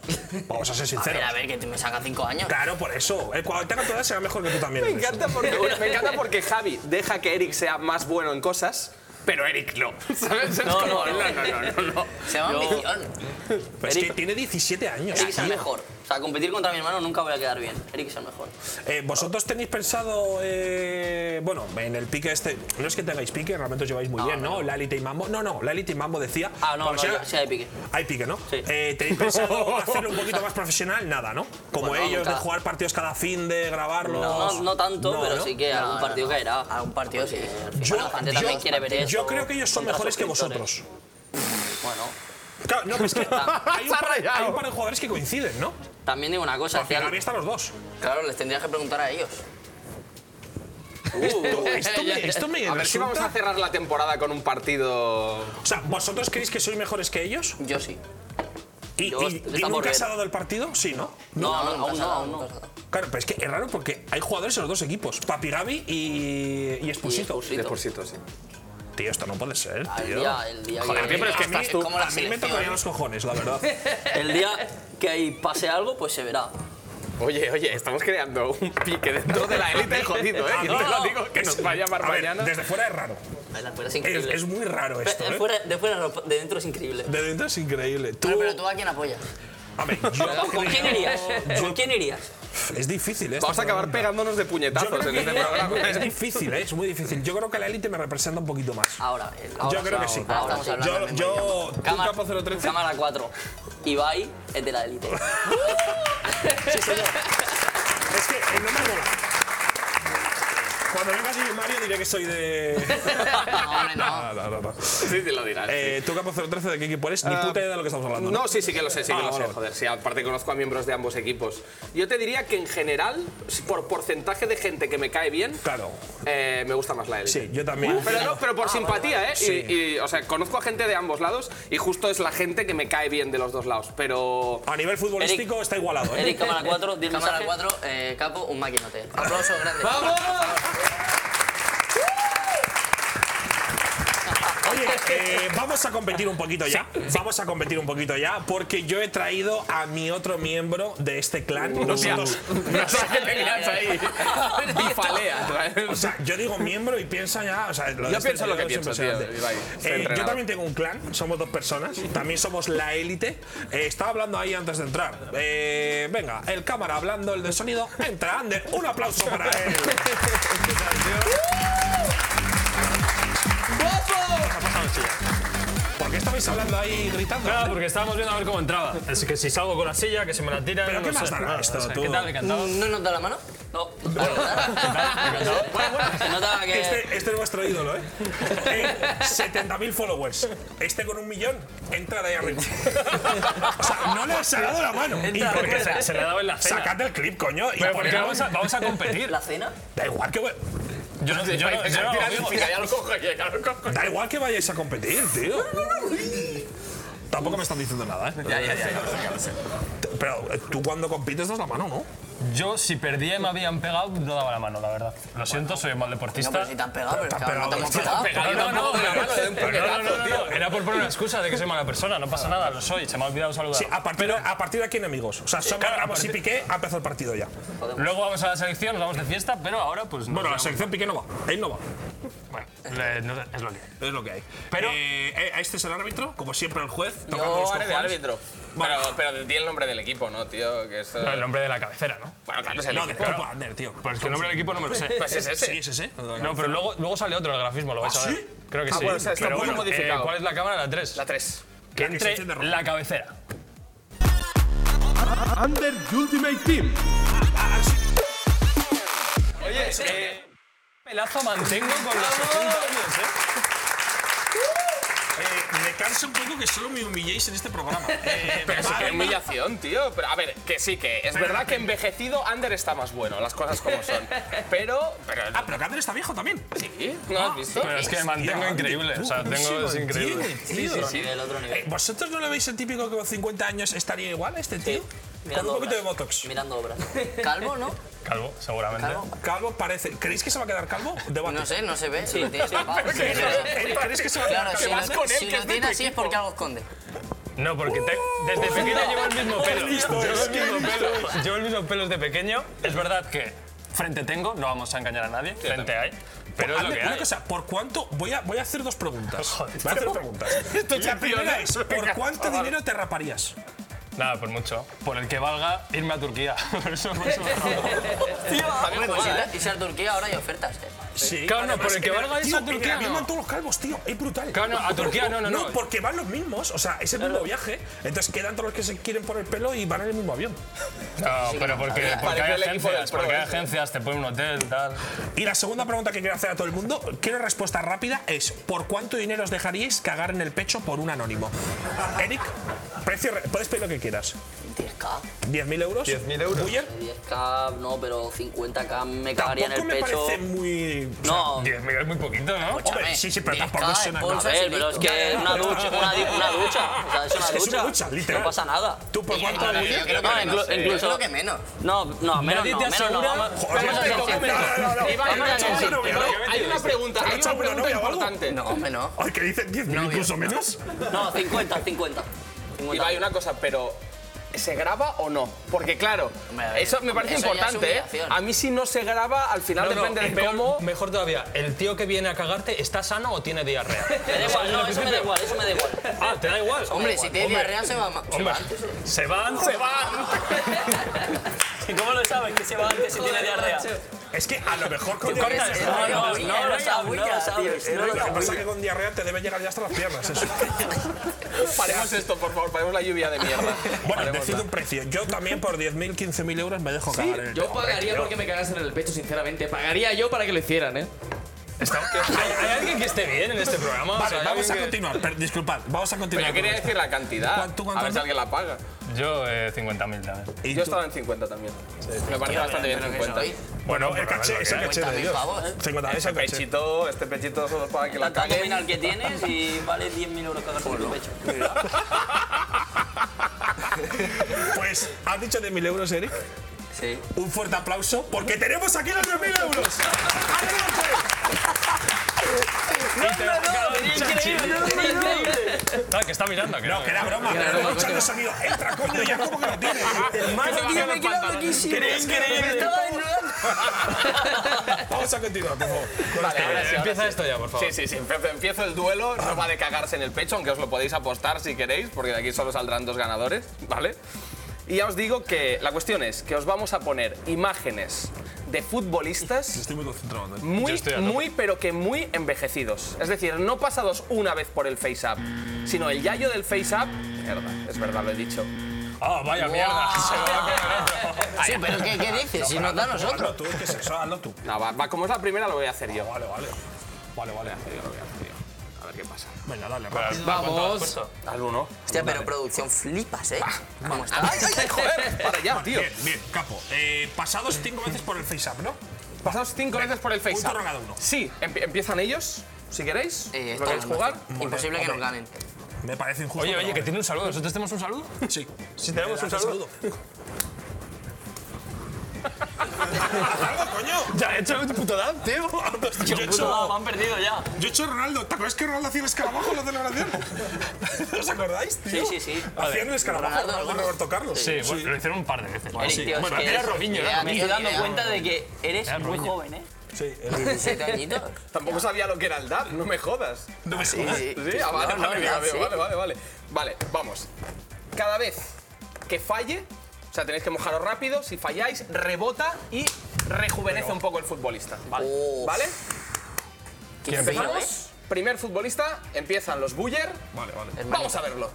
Speaker 2: Vamos a ser
Speaker 7: A
Speaker 2: sinceros.
Speaker 7: ver, a ver, que te- me saca cinco años.
Speaker 2: Claro, por eso. El cuando tenga tu edad será mejor que tú también.
Speaker 3: Me
Speaker 2: en eso.
Speaker 3: encanta, porque,
Speaker 2: <laughs>
Speaker 3: me encanta porque Javi deja que Eric sea más bueno en cosas, pero Eric no. ¿Sabes? Es
Speaker 7: No,
Speaker 2: <laughs>
Speaker 3: como,
Speaker 7: no,
Speaker 3: no, no, no, no, no.
Speaker 7: Se llama ambición.
Speaker 2: Pero es que Pues tiene 17 años.
Speaker 8: Eric es el
Speaker 2: tío.
Speaker 8: mejor. O sea, competir contra mi hermano nunca voy a quedar bien. Eric es el mejor.
Speaker 2: Eh, ¿Vosotros tenéis pensado, eh, bueno, en el pique este? No es que tengáis pique, realmente os lleváis muy bien, ¿no? La élite y Mambo. No, no, la élite y Mambo decía.
Speaker 8: Ah, no,
Speaker 2: porque
Speaker 8: no,
Speaker 2: si
Speaker 8: ya- sí hay pique.
Speaker 2: Hay pique, ¿no?
Speaker 8: Sí.
Speaker 2: Eh, ¿Tenéis
Speaker 8: <laughs>
Speaker 2: pensado hacerlo un poquito más profesional? Nada, ¿no? Como
Speaker 8: Bueno,
Speaker 2: ellos,
Speaker 8: nunca.
Speaker 2: de jugar partidos cada fin, de grabarlos.
Speaker 8: No, no, tanto,
Speaker 2: No,
Speaker 8: pero
Speaker 2: ¿no?
Speaker 8: sí que algún partido caerá.
Speaker 7: Algún partido sí.
Speaker 2: Yo,
Speaker 8: Bueno, la gente
Speaker 2: yo-
Speaker 8: también quiere ver
Speaker 2: yo
Speaker 8: eso,
Speaker 2: creo que ellos son
Speaker 8: contra
Speaker 2: mejores que
Speaker 8: suscriptores.
Speaker 2: vosotros.
Speaker 8: Bueno,
Speaker 2: Claro, no, pero es que hay, un
Speaker 3: Se ha
Speaker 2: par, hay
Speaker 3: rayado.
Speaker 2: un par de jugadores que coinciden, ¿no?
Speaker 8: también digo una cosa.
Speaker 2: Al
Speaker 8: hacía-
Speaker 2: final ahí están
Speaker 8: <laughs>
Speaker 2: los dos.
Speaker 7: Claro, les tendrías que preguntar a ellos.
Speaker 2: Esto me, esto me
Speaker 3: A ver si vamos a
Speaker 2: resulta...
Speaker 3: cerrar la temporada con un partido.
Speaker 2: O sea, ¿vosotros creéis que sois mejores que ellos?
Speaker 7: Yo sí.
Speaker 2: ¿Y,
Speaker 8: Yo
Speaker 2: y-
Speaker 8: estoy
Speaker 2: y
Speaker 8: por
Speaker 2: nunca
Speaker 8: ver.
Speaker 2: se ha dado el partido? Sí, ¿no?
Speaker 8: No, no,
Speaker 7: nunca
Speaker 8: aún
Speaker 7: se ha
Speaker 8: no,
Speaker 7: dado,
Speaker 8: aún no.
Speaker 7: nunca se ha dado.
Speaker 2: Claro, pero es que es raro porque hay jugadores en los dos equipos. Papi Gaby y, y Esposito.
Speaker 8: Esposito.
Speaker 3: De Porcito, sí.
Speaker 2: Tío, esto no puede ser, tío.
Speaker 8: El día, el día
Speaker 2: Joder,
Speaker 8: que-
Speaker 2: tío, pero es que a
Speaker 7: estás
Speaker 2: mí,
Speaker 7: tú. como la
Speaker 2: a mí me
Speaker 7: selección.
Speaker 2: tocarían los cojones, la verdad. Eh,
Speaker 8: El día que ahí pase algo, pues se verá.
Speaker 3: Oye, oye, estamos creando un pique dentro de la
Speaker 2: <laughs>
Speaker 3: élite jodido, ¿eh?
Speaker 2: A mí-
Speaker 3: Yo te lo digo, que nos va a llamar
Speaker 2: A ver,
Speaker 3: mañana.
Speaker 2: desde fuera es raro.
Speaker 8: De fuera es
Speaker 2: Es,
Speaker 8: increíble.
Speaker 2: es muy raro
Speaker 8: Fe-
Speaker 2: esto, ¿eh?
Speaker 8: fuera- de fuera, de dentro es increíble.
Speaker 2: De dentro es increíble. Tú,
Speaker 7: Pero, pero tú a quién apoyas.
Speaker 2: a ver, yo
Speaker 8: ¿Con quién
Speaker 2: creo-
Speaker 8: irías? ¿Con quién irías?
Speaker 2: Es difícil, ¿eh?
Speaker 3: Vamos a
Speaker 2: esta
Speaker 3: acabar
Speaker 2: pregunta.
Speaker 3: pegándonos de
Speaker 2: Yo creo
Speaker 3: puñetazos en
Speaker 2: que-
Speaker 3: este programa.
Speaker 2: Es difícil, ¿eh? es muy difícil. Yo creo que la élite me representa un poquito
Speaker 7: Ah.
Speaker 2: más.
Speaker 8: Ahora, eh, ahora
Speaker 2: yo creo que sí.
Speaker 8: ahora estamos hablando
Speaker 2: yo, yo, tú,
Speaker 8: Cámara,
Speaker 2: Capo 013.
Speaker 8: cámara 4. Ibai es de la
Speaker 2: <laughs>
Speaker 8: élite.
Speaker 2: Es que el nombre mola. Cuando venga soy Mario diré que soy de...
Speaker 7: No, hombre, no.
Speaker 2: Ah, no, no, no.
Speaker 3: <laughs> Sí, te lo dirás.
Speaker 2: Eh, tú, Capo 013, ¿de qué equipo eres? Ni puta idea de lo que estamos hablando.
Speaker 3: No, sí, sí que lo sé, sí que
Speaker 2: Ah,
Speaker 3: lo sé,
Speaker 2: vale.
Speaker 3: joder. Sí, aparte conozco a miembros de ambos equipos. Yo te diría que en general, por porcentaje de gente que me cae bien,
Speaker 2: Claro.
Speaker 3: eh, me gusta más la élite.
Speaker 2: Sí, yo también.
Speaker 3: Pero no, pero por simpatía, ¿eh?
Speaker 2: Sí.
Speaker 3: Y, y, o sea, conozco a gente de ambos lados y justo es la gente que me cae bien de los dos lados. <laughs> Pero.
Speaker 2: A nivel futbolístico está igualado, ¿eh?
Speaker 8: Eric, cámara 4, 10
Speaker 7: Cámara
Speaker 8: mensajes.
Speaker 7: 4, eh, capo, un maquinote. Aplauso grande.
Speaker 2: Oye, eh, vamos a competir un poquito ya. Vamos a competir un poquito ya, porque yo he traído a mi otro miembro de este clan. Nosotros,
Speaker 3: No sé <laughs> qué tenías ahí. <laughs> Bifalea.
Speaker 2: O sea, yo digo miembro y piensa ya. O sea, lo de
Speaker 3: Yo
Speaker 2: este
Speaker 3: pienso lo que
Speaker 2: es
Speaker 3: pienso,
Speaker 2: impresionante.
Speaker 3: tío, Ibai. Soy
Speaker 2: Eh, yo
Speaker 3: entrenador.
Speaker 2: también tengo un clan, somos dos personas, también somos la élite. Eh, estaba hablando ahí antes de entrar. Eh, venga, el cámara hablando, el de sonido, entra Ander. Un aplauso para él.
Speaker 3: <laughs>
Speaker 2: ¿Por qué estabais hablando ahí gritando?
Speaker 9: Nada, porque estábamos viendo a ver cómo entraba. Es que si salgo con la silla, que se me la tiran.
Speaker 2: ¿Pero
Speaker 9: no
Speaker 2: qué más
Speaker 9: sé.
Speaker 2: dará
Speaker 9: Nada,
Speaker 2: esto,
Speaker 9: o sea,
Speaker 2: tú?
Speaker 9: ¿Qué tal? ¿Qué tal?
Speaker 7: ¿No Mm, no nos da la mano?
Speaker 8: No, Se nota que.
Speaker 2: Este, este es nuestro ídolo, ¿eh? Eh, 70.000 followers. Este con un millón entra de ahí arriba. o sea, no le has sacado la mano. ¿Y por qué?
Speaker 9: Porque se, se le ha dado en la cena.
Speaker 2: Sacad el clip, coño. Y
Speaker 9: Pero
Speaker 2: por
Speaker 9: porque
Speaker 2: qué
Speaker 9: vamos a, vamos a competir.
Speaker 8: ¿La cena?
Speaker 2: <laughs> Da igual que...
Speaker 9: Yo no, yo no, yo no lo digo.
Speaker 2: Da igual que vayáis a competir, tío. Tampoco me están diciendo nada, ¿eh?
Speaker 3: Ya, ya, ya, ya lo sé, ya lo sé.
Speaker 2: Pero eh, tú cuando compites das la mano, ¿no?
Speaker 9: Yo, si perdía y me habían pegado, no daba la mano, la verdad. Lo siento, soy un mal
Speaker 7: No,
Speaker 9: deportista.
Speaker 7: pero si te han pegado, pero es que
Speaker 2: Pero
Speaker 7: no te hemos
Speaker 2: te han
Speaker 7: pegado.
Speaker 9: Pegado,
Speaker 3: No, no,
Speaker 9: tampoco,
Speaker 3: no,
Speaker 9: pero-
Speaker 3: no, de un
Speaker 9: pero no, no, no,
Speaker 3: puñetazo,
Speaker 9: no, Era por poner una excusa de que soy mala persona, no pasa nada, lo soy, se me ha olvidado saludar.
Speaker 2: Sí, a partir, a partir de aquí enemigos. O sea, Samba
Speaker 9: claro, a
Speaker 2: Ramos y
Speaker 9: partir-
Speaker 2: Piqué ha empezado el partido ya.
Speaker 9: Luego vamos a la selección, nos vamos de fiesta, pero ahora pues no.
Speaker 2: Bueno, la selección Piqué no va. Él no va.
Speaker 9: Bueno, le- no sé, es lo que hay.
Speaker 2: Es lo que hay.
Speaker 9: Pero-
Speaker 2: Eh, eh, este es el árbitro, como siempre el juez.
Speaker 3: Yo
Speaker 2: tocando los
Speaker 3: haré de
Speaker 2: cojones.
Speaker 3: árbitro.
Speaker 2: Vale.
Speaker 3: Pero, pero di el nombre del equipo, ¿no, tío? Que esto...
Speaker 9: El nombre de la cabecera, ¿no?
Speaker 3: Bueno, claro, es el
Speaker 2: No, de
Speaker 3: equipo.
Speaker 2: equipo, Ander, tío.
Speaker 9: Pues que el nombre del equipo no me lo sé.
Speaker 3: Pues es ese.
Speaker 2: Sí, es ese.
Speaker 9: No, pero luego, luego sale otro el grafismo, lo vais
Speaker 2: ¿Ah,
Speaker 9: a ver.
Speaker 2: sí?
Speaker 9: Creo que
Speaker 3: Ah,
Speaker 9: sí.
Speaker 3: bueno, está- está
Speaker 9: Pero
Speaker 3: muy
Speaker 9: bueno,
Speaker 3: modificado.
Speaker 9: eh, ¿Cuál es la cámara? La 3.
Speaker 3: La 3.
Speaker 9: que
Speaker 2: La que se
Speaker 9: entre
Speaker 2: enciende rojo.
Speaker 9: la cabecera.
Speaker 10: Under Ultimate Team.
Speaker 9: Oye, eh, pelazo mantengo con los 60 años, ¿eh?
Speaker 2: Eh, me cansa un poco que solo me humilléis en este
Speaker 3: <laughs>
Speaker 2: programa. Eh,
Speaker 3: Pero eso,
Speaker 2: vale,
Speaker 3: qué humillación, tío. Pero a ver, que sí, que es verdad que envejecido Ander está más bueno, las cosas como son. Pero, pero
Speaker 2: Ah, pero que Ander está viejo también.
Speaker 3: sí, ¿no has visto?
Speaker 9: Pero es que me mantengo
Speaker 2: Hostia,
Speaker 9: increíble.
Speaker 2: Ander,
Speaker 9: O sea,
Speaker 2: tú, sí
Speaker 9: tengo
Speaker 2: lo
Speaker 9: es increíble.
Speaker 2: entiendes, tío.
Speaker 7: Del otro nivel.
Speaker 2: Eh, ¿Vosotros no le veis el típico que con 50 años estaría igual a este tío? Con
Speaker 7: Mirando
Speaker 2: un poquito de
Speaker 7: obras.
Speaker 2: botox.
Speaker 7: Mirando obras. Calvo, ¿no?
Speaker 9: Calvo, seguramente.
Speaker 7: Calvo.
Speaker 2: Calvo parece. ¿Creéis que se va a quedar calvo? Debate.
Speaker 7: No sé, no se ve. Sí,
Speaker 2: <laughs>
Speaker 7: tiene ese pavo. Sí, sí, sí.
Speaker 2: Eh, ¿Creéis que se va a quedar
Speaker 7: Claro, si
Speaker 3: vas
Speaker 7: lo,
Speaker 3: con él,
Speaker 7: si
Speaker 3: que
Speaker 7: lo
Speaker 3: es de
Speaker 7: tiene
Speaker 3: tu
Speaker 7: así es porque algo esconde.
Speaker 9: No, porque te- desde pequeño llevo el mismo pelo.
Speaker 2: listo
Speaker 9: Llevo
Speaker 2: es,
Speaker 9: el
Speaker 2: qué
Speaker 9: mismo
Speaker 2: listo
Speaker 9: pelo. Llevo el mismo pelo desde pequeño. Es verdad que frente tengo, no vamos a engañar a nadie. Frente hay. Pero es lo
Speaker 2: Ander,
Speaker 9: que
Speaker 2: una
Speaker 9: hay.
Speaker 2: cosa, ¿por cuánto? Voy a, voy a hacer dos preguntas.
Speaker 9: <laughs> Joder.
Speaker 2: voy a hacer preguntas. La primera es, ¿por cuánto dinero te raparías?
Speaker 9: Nada, por mucho. Por el que valga irme a Turquía. <laughs> Por eso, por eso.
Speaker 7: Hombre, pues
Speaker 2: ¿eh?
Speaker 7: irse- irse a Turquía ahora hay ofertas, ¿eh?
Speaker 2: Sí.
Speaker 9: Claro, no, por el que
Speaker 2: en
Speaker 9: valga eso
Speaker 2: tío,
Speaker 9: a Turquía,
Speaker 2: En la misma
Speaker 9: no.
Speaker 2: en todos los calvos, tío. Es brutal.
Speaker 9: Claro, no, a Turquía no, no, no.
Speaker 2: porque van los mismos, o sea, es el mismo viaje. Entonces quedan todos los que se quieren poner pelo y van en el mismo avión.
Speaker 9: No, pero porque, porque hay
Speaker 3: el equipo del
Speaker 9: agencias,
Speaker 3: pro,
Speaker 9: porque hay
Speaker 3: ¿eh?
Speaker 9: agencias, te ponen un hotel, tal.
Speaker 2: Y la segunda pregunta que quiero hacer a todo el mundo, quiero respuesta rápida, es ¿por cuánto dinero os dejaríais cagar en el pecho por un anónimo? Eric, precio, re- puedes pedir lo que quieras.
Speaker 7: 10k.
Speaker 2: ¿10.000 euros?
Speaker 9: 10.000 euros.
Speaker 2: Buyer,
Speaker 7: 10k, no, pero 50k me cagaría en
Speaker 2: tampoco
Speaker 7: el
Speaker 2: me
Speaker 7: pecho.
Speaker 2: parece muy...
Speaker 7: No,
Speaker 9: 10.000 es muy poquito, ¿no?
Speaker 7: escúchame,
Speaker 2: Hombre, sí, sí, pero
Speaker 7: 10K
Speaker 2: tampoco
Speaker 7: es
Speaker 2: suena
Speaker 7: bolsa,
Speaker 2: nada.
Speaker 7: es
Speaker 2: A
Speaker 7: el
Speaker 2: ver,
Speaker 7: líquido.
Speaker 2: pero es que <laughs>
Speaker 7: una ducha, una, di- una ducha. O sea, es una
Speaker 2: Es que es
Speaker 7: ducha.
Speaker 2: una ducha, literal.
Speaker 7: No pasa nada.
Speaker 2: ¿Tú por cuánto
Speaker 7: No,
Speaker 2: Buyer?
Speaker 7: inclu-
Speaker 3: Yo
Speaker 7: incluso.
Speaker 3: creo
Speaker 7: que menos. No, no, menos
Speaker 9: Nadie
Speaker 7: no,
Speaker 9: te
Speaker 7: menos no.
Speaker 9: asegura-
Speaker 7: Vamos
Speaker 2: Joder, espera,
Speaker 7: vamos a ser
Speaker 2: espera,
Speaker 7: sinceros.
Speaker 2: espera, espera,
Speaker 3: Ibai, espera,
Speaker 7: Vamos a ser
Speaker 2: espera,
Speaker 7: sinceros.
Speaker 2: espera, espera.
Speaker 3: Hay una pregunta, hay
Speaker 2: ¿Has
Speaker 3: una
Speaker 2: echado una
Speaker 3: pregunta
Speaker 2: novia o algo?
Speaker 3: importante.
Speaker 7: No, hombre, no.
Speaker 2: Ay, que dicen 10.000 incluso menos.
Speaker 7: No, 50, 50.
Speaker 3: Y
Speaker 7: 50.
Speaker 3: va, hay una cosa, pero ¿se graba o no? Porque claro,
Speaker 7: Hombre, a ver,
Speaker 3: eso me parece
Speaker 7: eso ya es
Speaker 3: importante, ¿eh?
Speaker 7: humillación.
Speaker 3: A mí si no se graba, al final depende de cómo...
Speaker 9: mejor todavía, ¿el tío que viene a cagarte está sano o tiene diarrea?
Speaker 7: Me <laughs> da igual, no, eso me da igual, eso me da igual.
Speaker 9: Ah, ¿te da igual?
Speaker 7: Hombre, si tiene diarrea se va ma- se va antes.
Speaker 9: Se van, se van. <laughs>
Speaker 11: ¿Y c¿Cómo lo sabes que se va antes si tiene diarrea?
Speaker 2: Es que a lo mejor con
Speaker 7: Corta
Speaker 2: diarrea...
Speaker 7: eso,
Speaker 2: No, no,
Speaker 7: no, no lo sabes, no lo sabes.
Speaker 2: Lo que pasa es que con diarrea te debe llegar ya hasta las piernas, eso.
Speaker 3: Paremos esto, por favor, paremos la lluvia de mierda.
Speaker 2: <laughs> Bueno,
Speaker 3: Paremosla.
Speaker 2: decide un precio. Yo también por 10.000, 15.000 euros me dejo cagar en el
Speaker 1: Yo
Speaker 2: pecho.
Speaker 1: pagaría porque me cagasen en el pecho, sinceramente. Pagaría yo para que lo hicieran, ¿eh?
Speaker 9: ¿Hay, hay alguien que esté bien en este programa? O
Speaker 2: Vale,
Speaker 9: sea, hay
Speaker 2: vamos a
Speaker 9: alguien que-
Speaker 2: continuar. Per- disculpad, vamos a
Speaker 3: Pero
Speaker 2: continuar.
Speaker 3: yo quería decir la cantidad,
Speaker 2: ¿Cuánto, cuánto,
Speaker 3: a ver si
Speaker 2: no?
Speaker 3: alguien la paga.
Speaker 9: Yo, eh, 50.000 también.
Speaker 2: Y
Speaker 3: Yo
Speaker 2: tú-
Speaker 3: estaba en 50 también. Me parece bastante bien 50.
Speaker 7: soy?
Speaker 2: Bueno, el
Speaker 9: pero
Speaker 2: caché,
Speaker 9: es
Speaker 2: es el
Speaker 9: lo que
Speaker 2: caché de
Speaker 7: 50.000
Speaker 2: Dios.
Speaker 7: pavos, ¿eh?
Speaker 2: 50 es
Speaker 3: Este
Speaker 2: el caché.
Speaker 3: pechito, este pechito solo para que la
Speaker 7: La tasa
Speaker 3: cague.
Speaker 7: nominal que tienes y vale 10.000 euros cada por tu pecho.
Speaker 2: Pues, ¿has dicho de 1.000 euros, Eric?
Speaker 7: Sí.
Speaker 2: Un fuerte aplauso, porque tenemos aquí los 10.000 euros. ¡Adelante!
Speaker 9: Ah, que está mirando, que
Speaker 2: No, que era broma, que era escuchando el sonido. Entra, coño, ya como que lo <laughs> tienes. Madre mía, me he quedado loquísimo. Vamos a continuar, por favor. con
Speaker 3: Vale,
Speaker 2: esto.
Speaker 3: ahora sí, ahora
Speaker 9: Empieza
Speaker 3: sí.
Speaker 9: esto ya, por favor.
Speaker 3: Sí, sí, sí. empe- Empiezo el duelo. No va de cagarse en el pecho, aunque os lo podéis apostar si queréis, porque de aquí solo saldrán dos ganadores, ¿vale? Y ya os digo que la cuestión es que os vamos a poner imágenes de futbolistas
Speaker 2: Estoy muy concentrado. ¿no?
Speaker 9: Yo
Speaker 3: muy,
Speaker 9: estoy a tope.
Speaker 3: muy, pero que muy envejecidos. Es decir, no pasados una vez por el face up, sino el yayo del face up. Mierda, es verdad, lo he dicho.
Speaker 9: Ah, vaya mierda. <laughs> Se lo va a comer otro.
Speaker 7: Sí, pero ¿qué, qué dices? Si nos da a nosotros.
Speaker 2: Hazlo tú, ¿qué es eso? Hazlo tú.
Speaker 3: No, va, va, como es la primera, lo voy a hacer yo.
Speaker 2: Ah, Vale, vale. Vale, vale.
Speaker 3: Yo lo voy a hacer yo. A ver qué pasa. Pues,
Speaker 2: Venga, dale, rápido.
Speaker 1: Vamos.
Speaker 3: Al uno.
Speaker 7: Hostia, pero producción flipas, ¿eh? ¿Cómo está?
Speaker 3: ¡Ay, ay, ay, joder! Para allá, tío.
Speaker 2: Bien, bien, capo. Eh, pasados cinco veces por el face up, ¿no?
Speaker 3: Pasados cinco veces por el face
Speaker 2: punto
Speaker 3: up.
Speaker 2: rogado uno.
Speaker 3: Sí, empie- empiezan ellos, si queréis.
Speaker 7: Eh,
Speaker 3: ¿Lo queréis
Speaker 7: todo,
Speaker 3: jugar?
Speaker 7: Imposible que nos ganen.
Speaker 2: Me parece injusto.
Speaker 9: Oye,
Speaker 2: pero
Speaker 9: oye, que
Speaker 2: bueno.
Speaker 9: tiene un saludo. ¿Nosotros tenemos un saludo?
Speaker 2: Sí.
Speaker 9: Sí, tenemos un
Speaker 2: Adelante,
Speaker 9: saludo. <laughs>
Speaker 2: ¡Algo, coño!
Speaker 9: Ya he hecho un puto dab, <laughs> tío.
Speaker 2: Yo he hecho-
Speaker 8: me han perdido ya.
Speaker 2: Yo he hecho Ronaldo. ¿Te acuerdas que Ronaldo hacía el escarabajo en la celebración? <laughs> ¿No ¿Os acordáis, tío?
Speaker 8: Sí, sí, sí.
Speaker 2: Hacían el escarabajo
Speaker 8: Ronaldo,
Speaker 2: Ronaldo y
Speaker 8: Ronaldo.
Speaker 2: Roberto Carlos.
Speaker 9: Sí, bueno, lo hicieron un par de veces.
Speaker 8: Eric,
Speaker 9: sí.
Speaker 8: tío, es
Speaker 9: bueno,
Speaker 8: que
Speaker 9: era
Speaker 8: eres-
Speaker 9: Robinho, era
Speaker 8: era-
Speaker 7: Me
Speaker 9: Robinho.
Speaker 7: estoy dando
Speaker 8: Mira,
Speaker 7: cuenta de que eres
Speaker 9: Era
Speaker 7: muy
Speaker 9: Robinho.
Speaker 7: joven, ¿eh?
Speaker 2: Sí, el-
Speaker 7: ¿17 añitos?
Speaker 3: Tampoco sabía lo que era el DAP, no me jodas.
Speaker 2: No me jodas.
Speaker 3: Sí, ah, vale,
Speaker 7: No, no,
Speaker 3: vale,
Speaker 7: ya
Speaker 3: vale,
Speaker 7: sé.
Speaker 3: vale, vale, vale. Vale, vamos. Cada vez que falle, o sea, tenéis que mojaros rápido, si falláis, rebota y rejuvenece un poco el futbolista. Vale. ¿Vale?
Speaker 7: ¿Quién
Speaker 3: Empezamos. Primer futbolista, empiezan los Buller.
Speaker 2: Vale, vale.
Speaker 3: Vamos a verlo.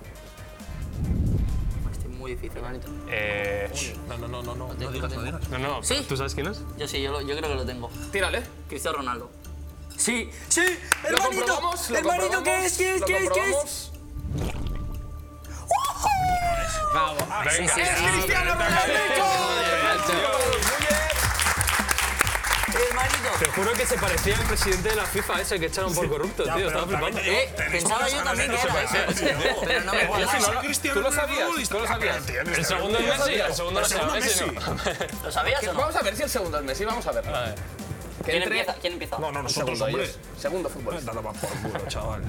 Speaker 7: Este es muy difícil, hermanito.
Speaker 9: Eh,
Speaker 2: No, no, no, no, no. No digas, no digas.
Speaker 9: no, no.
Speaker 7: Sí.
Speaker 9: ¿Tú sabes quién es?
Speaker 7: Yo sí, yo, lo- yo creo que lo tengo.
Speaker 3: Tírale.
Speaker 7: Cristiano Ronaldo.
Speaker 8: Sí, sí, el
Speaker 3: Lo
Speaker 8: manito.
Speaker 3: comprobamos, lo
Speaker 8: El manito, ¿qué es? ¿Qué es?
Speaker 3: comprobamos,
Speaker 8: ¿Qué es?
Speaker 3: lo
Speaker 8: ¿Qué es?
Speaker 3: comprobamos. Ah,
Speaker 9: Venga.
Speaker 2: Cristiano
Speaker 8: El manito.
Speaker 9: Te juro que se parecía al presidente de la FIFA ese que echaron por corrupto, tío. Estaba flipando.
Speaker 7: Eh, pensaba yo también que era, ¿eh? Pero no me
Speaker 3: Yo sí,
Speaker 7: acuerdo.
Speaker 3: no,
Speaker 2: Cristiano
Speaker 3: Tú lo
Speaker 2: Ronaldo
Speaker 3: sabías,
Speaker 2: futbolista.
Speaker 3: tú lo sabías.
Speaker 9: El segundo es Messi, el segundo
Speaker 2: El segundo
Speaker 9: no será
Speaker 2: Messi.
Speaker 9: Messi, ¿no?
Speaker 7: ¿Lo sabías o no?
Speaker 3: Vamos a ver si el segundo es Messi, vamos a verlo. Que
Speaker 7: ¿Quién
Speaker 3: entre-
Speaker 7: empieza? ¿Quién empieza?
Speaker 2: No, no,
Speaker 3: Un
Speaker 2: nosotros,
Speaker 3: segundo,
Speaker 2: hombre.
Speaker 3: ellos. Segundo futbolista.
Speaker 2: Dale más por
Speaker 9: <laughs>
Speaker 2: culo, chaval.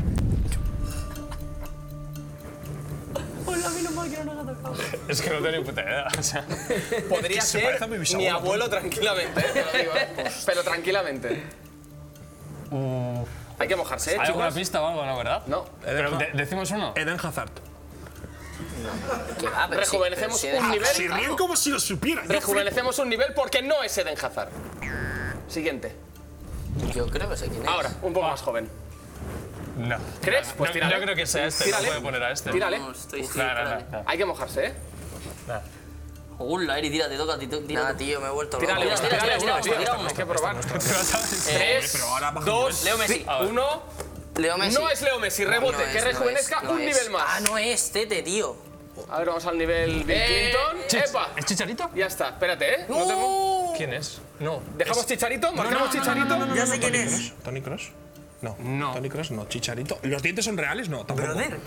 Speaker 9: Es que no tenía ni puta idea. O sea,
Speaker 3: Podría
Speaker 2: se
Speaker 3: ser
Speaker 2: parece Eh, a mi
Speaker 3: mi
Speaker 2: bisabuelo,
Speaker 3: abuelo tranquilamente, eh, te lo digo, eh. Pero tranquilamente. Hay que mojarse, ¿eh,
Speaker 9: ¿Hay alguna
Speaker 3: chicos?
Speaker 9: pista o algo, no, verdad?
Speaker 3: No.
Speaker 9: Pero de- decimos uno.
Speaker 2: Eden Hazard.
Speaker 7: Que va, pero sí,
Speaker 3: Rejuvenecemos
Speaker 7: pero sí,
Speaker 3: un nivel.
Speaker 2: Si ríen como si lo supieran. Yo
Speaker 3: Rejuvenecemos un nivel porque no es Eden Hazard. Siguiente.
Speaker 7: Yo creo que sé quién es.
Speaker 3: Ahora, un poco más joven.
Speaker 9: No.
Speaker 3: ¿Crees? Pues
Speaker 9: yo,
Speaker 3: tírale.
Speaker 9: yo creo que sea este.
Speaker 3: Tírale.
Speaker 9: No puede poner a este. <laughs>
Speaker 3: Tírale.
Speaker 7: No, estoy
Speaker 9: No, no, no, no.
Speaker 3: Hay que mojarse, ¿eh?
Speaker 7: Hola, Eri, tira, te toca, te toca.
Speaker 8: Nada,
Speaker 7: tira.
Speaker 8: tío, me he vuelto loco.
Speaker 3: Tírale uno,
Speaker 7: tira,
Speaker 3: tírale
Speaker 7: tira, tira,
Speaker 3: uno, tío.
Speaker 7: tira uno.
Speaker 3: Hay que probar.
Speaker 2: flipo,
Speaker 3: Tres,
Speaker 2: Pero ahora bajo
Speaker 3: dos,
Speaker 2: nivel.
Speaker 7: Messi.
Speaker 3: uno.
Speaker 8: Leo Messi.
Speaker 3: No es Leo Messi, rebote,
Speaker 8: No es,
Speaker 3: que
Speaker 8: no
Speaker 3: rejuvenezca
Speaker 8: es, no
Speaker 3: un
Speaker 8: es.
Speaker 3: nivel más.
Speaker 7: Ah, no es Tete, tío.
Speaker 3: A ver, vamos al nivel Bill Clinton.
Speaker 9: Chich-
Speaker 3: ¡Epa!
Speaker 9: ¿Es Chicharito? Uh.
Speaker 3: Ya está, espérate, ¿eh? No tengo-
Speaker 9: ¿Quién es? No.
Speaker 3: ¿Dejamos chicharito? ¿Marcamos chicharito?
Speaker 8: Ya sé quién es.
Speaker 2: ¿Tony Cross? No. No. Tony Cross no. Chicharito. ¿Los dientes son reales? No, tampoco.
Speaker 8: Brother.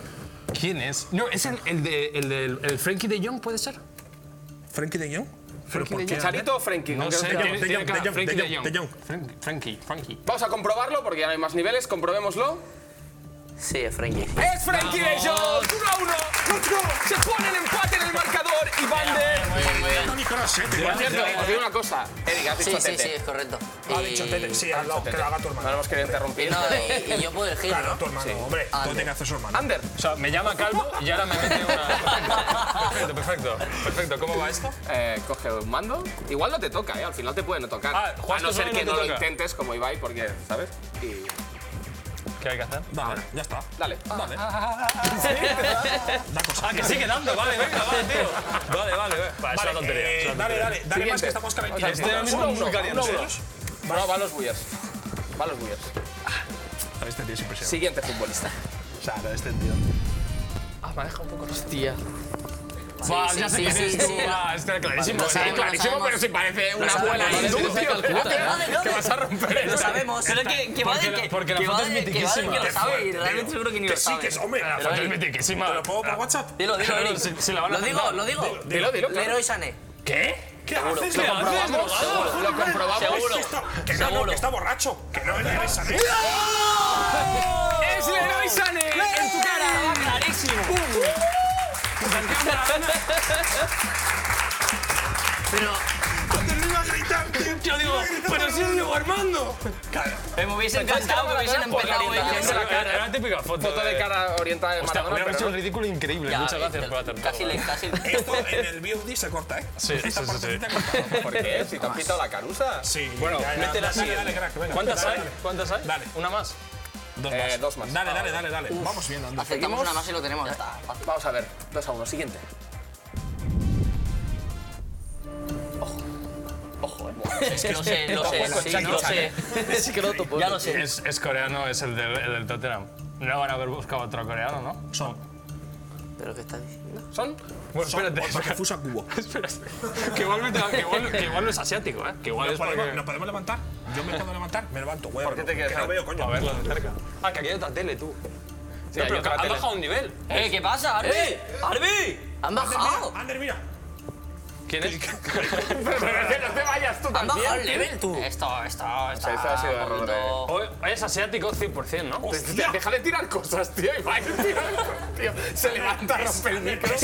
Speaker 9: ¿Quién es? No, es el, el de, el del- el Frankie de Jong, ¿puede ser?
Speaker 2: ¿Frankie de Jong? ¿Pero por qué?
Speaker 3: ¿Chicharito o Frenkie? ¿Con qué nos quedamos?
Speaker 9: tiene-
Speaker 2: de
Speaker 9: tiene
Speaker 2: Jong,
Speaker 9: cara-
Speaker 2: de Jong,
Speaker 9: Frankie
Speaker 2: de
Speaker 9: de
Speaker 2: Jong,
Speaker 9: Jong.
Speaker 2: de Jong.
Speaker 9: Frank- Frankie, Frankie.
Speaker 3: Vamos a comprobarlo porque ya no hay más niveles. Comprobémoslo.
Speaker 7: Sí, es Frenkie.
Speaker 3: ¡Es Frenkie de Jong! ¡1 a 1! Se pone el empate en el marcador y Van der...
Speaker 2: Tony Cross, eh. te
Speaker 3: Por
Speaker 2: igual.
Speaker 3: cierto, os digo una cosa. Eric, has dicho
Speaker 7: Sí, sí, sí,
Speaker 3: tete.
Speaker 7: es correcto.
Speaker 2: Ha
Speaker 7: Y-
Speaker 2: dicho Tete. Sí, al lado. Que lo haga tu
Speaker 3: No
Speaker 2: hermano.
Speaker 3: hemos querido
Speaker 7: Y
Speaker 3: interrumpir.
Speaker 7: no, y, y yo puedo elegir,
Speaker 2: Claro,
Speaker 7: ¿no?
Speaker 2: tu hermano, hombre. Todo tiene que hacer su hermano.
Speaker 3: Ander,
Speaker 9: O sea, me llama Calvo y ahora me mete una. Perfecto, perfecto. Perfecto, ¿cómo va esto?
Speaker 3: eh, coge un mando. Igual no te toca, ¿eh? Al final te puede no tocar.
Speaker 9: Ah,
Speaker 3: a
Speaker 9: juegas
Speaker 3: no
Speaker 9: tú
Speaker 3: ser
Speaker 9: solo y
Speaker 3: que
Speaker 9: no
Speaker 3: no
Speaker 9: te
Speaker 3: lo
Speaker 9: toca.
Speaker 3: intentes como Ibai, porque, ¿sabes? Y...
Speaker 9: ¿Qué hay que hacer?
Speaker 2: Vale, ya está.
Speaker 3: Dale.
Speaker 2: Vale. Da cosa.
Speaker 9: Ah, que sigue dando, vale, venga, vale, tío. Vale, vale, vale. Vale, es una tontería.
Speaker 2: eh,
Speaker 9: es una
Speaker 2: dale, dale, dale más
Speaker 3: Siguiente.
Speaker 2: que estamos
Speaker 3: Vale,
Speaker 2: calentitos.
Speaker 9: Este ahora mismo
Speaker 3: uno,
Speaker 9: es muy
Speaker 3: uno,
Speaker 9: caliente,
Speaker 3: uno, uno.
Speaker 9: ¿eh?
Speaker 3: No, van los bullers. Van los bullers.
Speaker 2: Este tío es impresionante.
Speaker 3: Siguiente futbolista.
Speaker 2: O sea, no, este tío.
Speaker 3: Ah, me ha dejado un poco
Speaker 7: Hostia.
Speaker 9: Buah,
Speaker 7: Sí,
Speaker 9: ya sé
Speaker 7: sí,
Speaker 9: quién
Speaker 7: sí,
Speaker 9: es,
Speaker 7: sí,
Speaker 9: tú.
Speaker 7: sí,
Speaker 9: Buah, este era clarísimo.
Speaker 7: Lo sabemos, lo
Speaker 3: Clarísimo,
Speaker 7: sabemos.
Speaker 3: pero si parece una buena
Speaker 7: sabemos, lo
Speaker 3: industria.
Speaker 7: sabemos, lo sabemos.
Speaker 3: Que vas a romper
Speaker 7: Lo
Speaker 3: esto.
Speaker 7: sabemos.
Speaker 9: Pero es que- que va de
Speaker 7: Porque
Speaker 9: que-
Speaker 7: la-
Speaker 9: porque la
Speaker 7: que va
Speaker 9: foto
Speaker 7: de- que va de
Speaker 9: es mitiquísima.
Speaker 7: que lo
Speaker 2: Qué
Speaker 7: sabe y realmente
Speaker 2: fuerte,
Speaker 7: seguro que ni
Speaker 2: que
Speaker 7: lo
Speaker 2: sí,
Speaker 7: sabe.
Speaker 2: que es hombre.
Speaker 9: La
Speaker 2: Te
Speaker 9: foto es mitiquísima.
Speaker 2: lo puedo por WhatsApp.
Speaker 7: Dilo, dilo,
Speaker 9: Claro,
Speaker 7: Eric.
Speaker 9: si, si la van a
Speaker 7: Lo digo,
Speaker 9: aceptar.
Speaker 7: lo digo.
Speaker 3: Dilo, dilo, claro.
Speaker 7: Leroy Sané.
Speaker 9: ¿Qué?
Speaker 2: ¿Qué haces?
Speaker 9: Lo comprobamos.
Speaker 3: Lo comprobamos.
Speaker 2: Es que está- Que no, no, que está borracho. Que no es Leroy Sané.
Speaker 3: ¡Es Leroy Sané! ¡En tu cara!
Speaker 7: Clarísimo.
Speaker 3: Pues
Speaker 2: Te lo iba a gritar, tío.
Speaker 9: Yo digo, pero sí, digo, Armando.
Speaker 7: Me
Speaker 3: Pues
Speaker 7: hubiese encantado que hubiesen empezado ellos.
Speaker 3: la cara.
Speaker 9: Era la típica foto.
Speaker 3: Foto de cara orientada de
Speaker 9: Hostia,
Speaker 3: Maradona.
Speaker 9: hubiera
Speaker 3: pero
Speaker 9: hecho
Speaker 3: no.
Speaker 9: un ridículo increíble.
Speaker 7: Ya,
Speaker 9: Muchas gracias
Speaker 7: viste,
Speaker 9: por acertar.
Speaker 7: Ah, Casi le, casi le.
Speaker 2: Esto en el VOD se corta, ¿eh?
Speaker 9: Sí,
Speaker 2: Esta
Speaker 9: sí, sí,
Speaker 2: parte
Speaker 9: sí.
Speaker 2: se te corta.
Speaker 3: ¿Por qué? Eh, Si te han quitado la carusa.
Speaker 2: Sí,
Speaker 9: Bueno,
Speaker 2: ya, ya,
Speaker 9: métela así.
Speaker 2: Dale, dale, crack. venga.
Speaker 9: ¿Cuántas
Speaker 2: Dale,
Speaker 9: hay? ¿Cuántas hay?
Speaker 2: Dale.
Speaker 9: Una más.
Speaker 2: Dos
Speaker 3: Eh,
Speaker 2: más.
Speaker 3: dos más.
Speaker 2: Dale,
Speaker 3: Ah,
Speaker 2: dale, dale, dale. Vamos bien, Andrés.
Speaker 7: Aceptamos una más y lo tenemos. ¿eh?
Speaker 3: Vamos a ver. 2 a 1. Siguiente. Ojo. Ojo, eh.
Speaker 7: Es que lo
Speaker 3: <laughs>
Speaker 7: sé, lo sé, sí, lo sé. Ya lo sé.
Speaker 9: Es, es coreano, es el del, el del Tottenham. No van a haber buscado otro coreano, ¿no?
Speaker 2: Son.
Speaker 7: ¿Pero qué estás diciendo?
Speaker 3: Son
Speaker 9: Bueno, espérate.
Speaker 2: Porque Fusa Cubo.
Speaker 9: espérate. Que igual, me tenga- que, igual, que igual no es asiático, ¿eh? Que igual
Speaker 2: ¿Nos
Speaker 9: es porque...
Speaker 2: podemos, nos podemos levantar? Yo me puedo levantar. Me levanto, güey.
Speaker 3: ¿Por qué te quedas
Speaker 2: Que no
Speaker 3: ahí?
Speaker 2: veo, coño.
Speaker 9: A verlo de cerca. Ah, que aquí hay otra tele, tú.
Speaker 3: Sí, hay
Speaker 9: pero
Speaker 3: otra
Speaker 9: han
Speaker 3: tele.
Speaker 9: bajado un nivel.
Speaker 7: Eh, ¿qué pasa, Arby?
Speaker 9: ¡Eh!
Speaker 7: ¡Arby! ¡Han
Speaker 2: Ander,
Speaker 7: bajado!
Speaker 2: mira, Ander, mira.
Speaker 3: <laughs>
Speaker 9: ¿Quién es?
Speaker 3: Pero que no te vayas tú
Speaker 7: ¡Han bajado
Speaker 3: también.
Speaker 7: el level, tú! Esto, esto, esto.
Speaker 3: ese ha sido
Speaker 7: un
Speaker 3: error,
Speaker 7: poquito-
Speaker 9: Hoy es asiático 100%, ¿no?
Speaker 3: Hostia, Déjale tirar cosas, tío. Y va a ir tirando, tío. Se levanta, rompe el micro.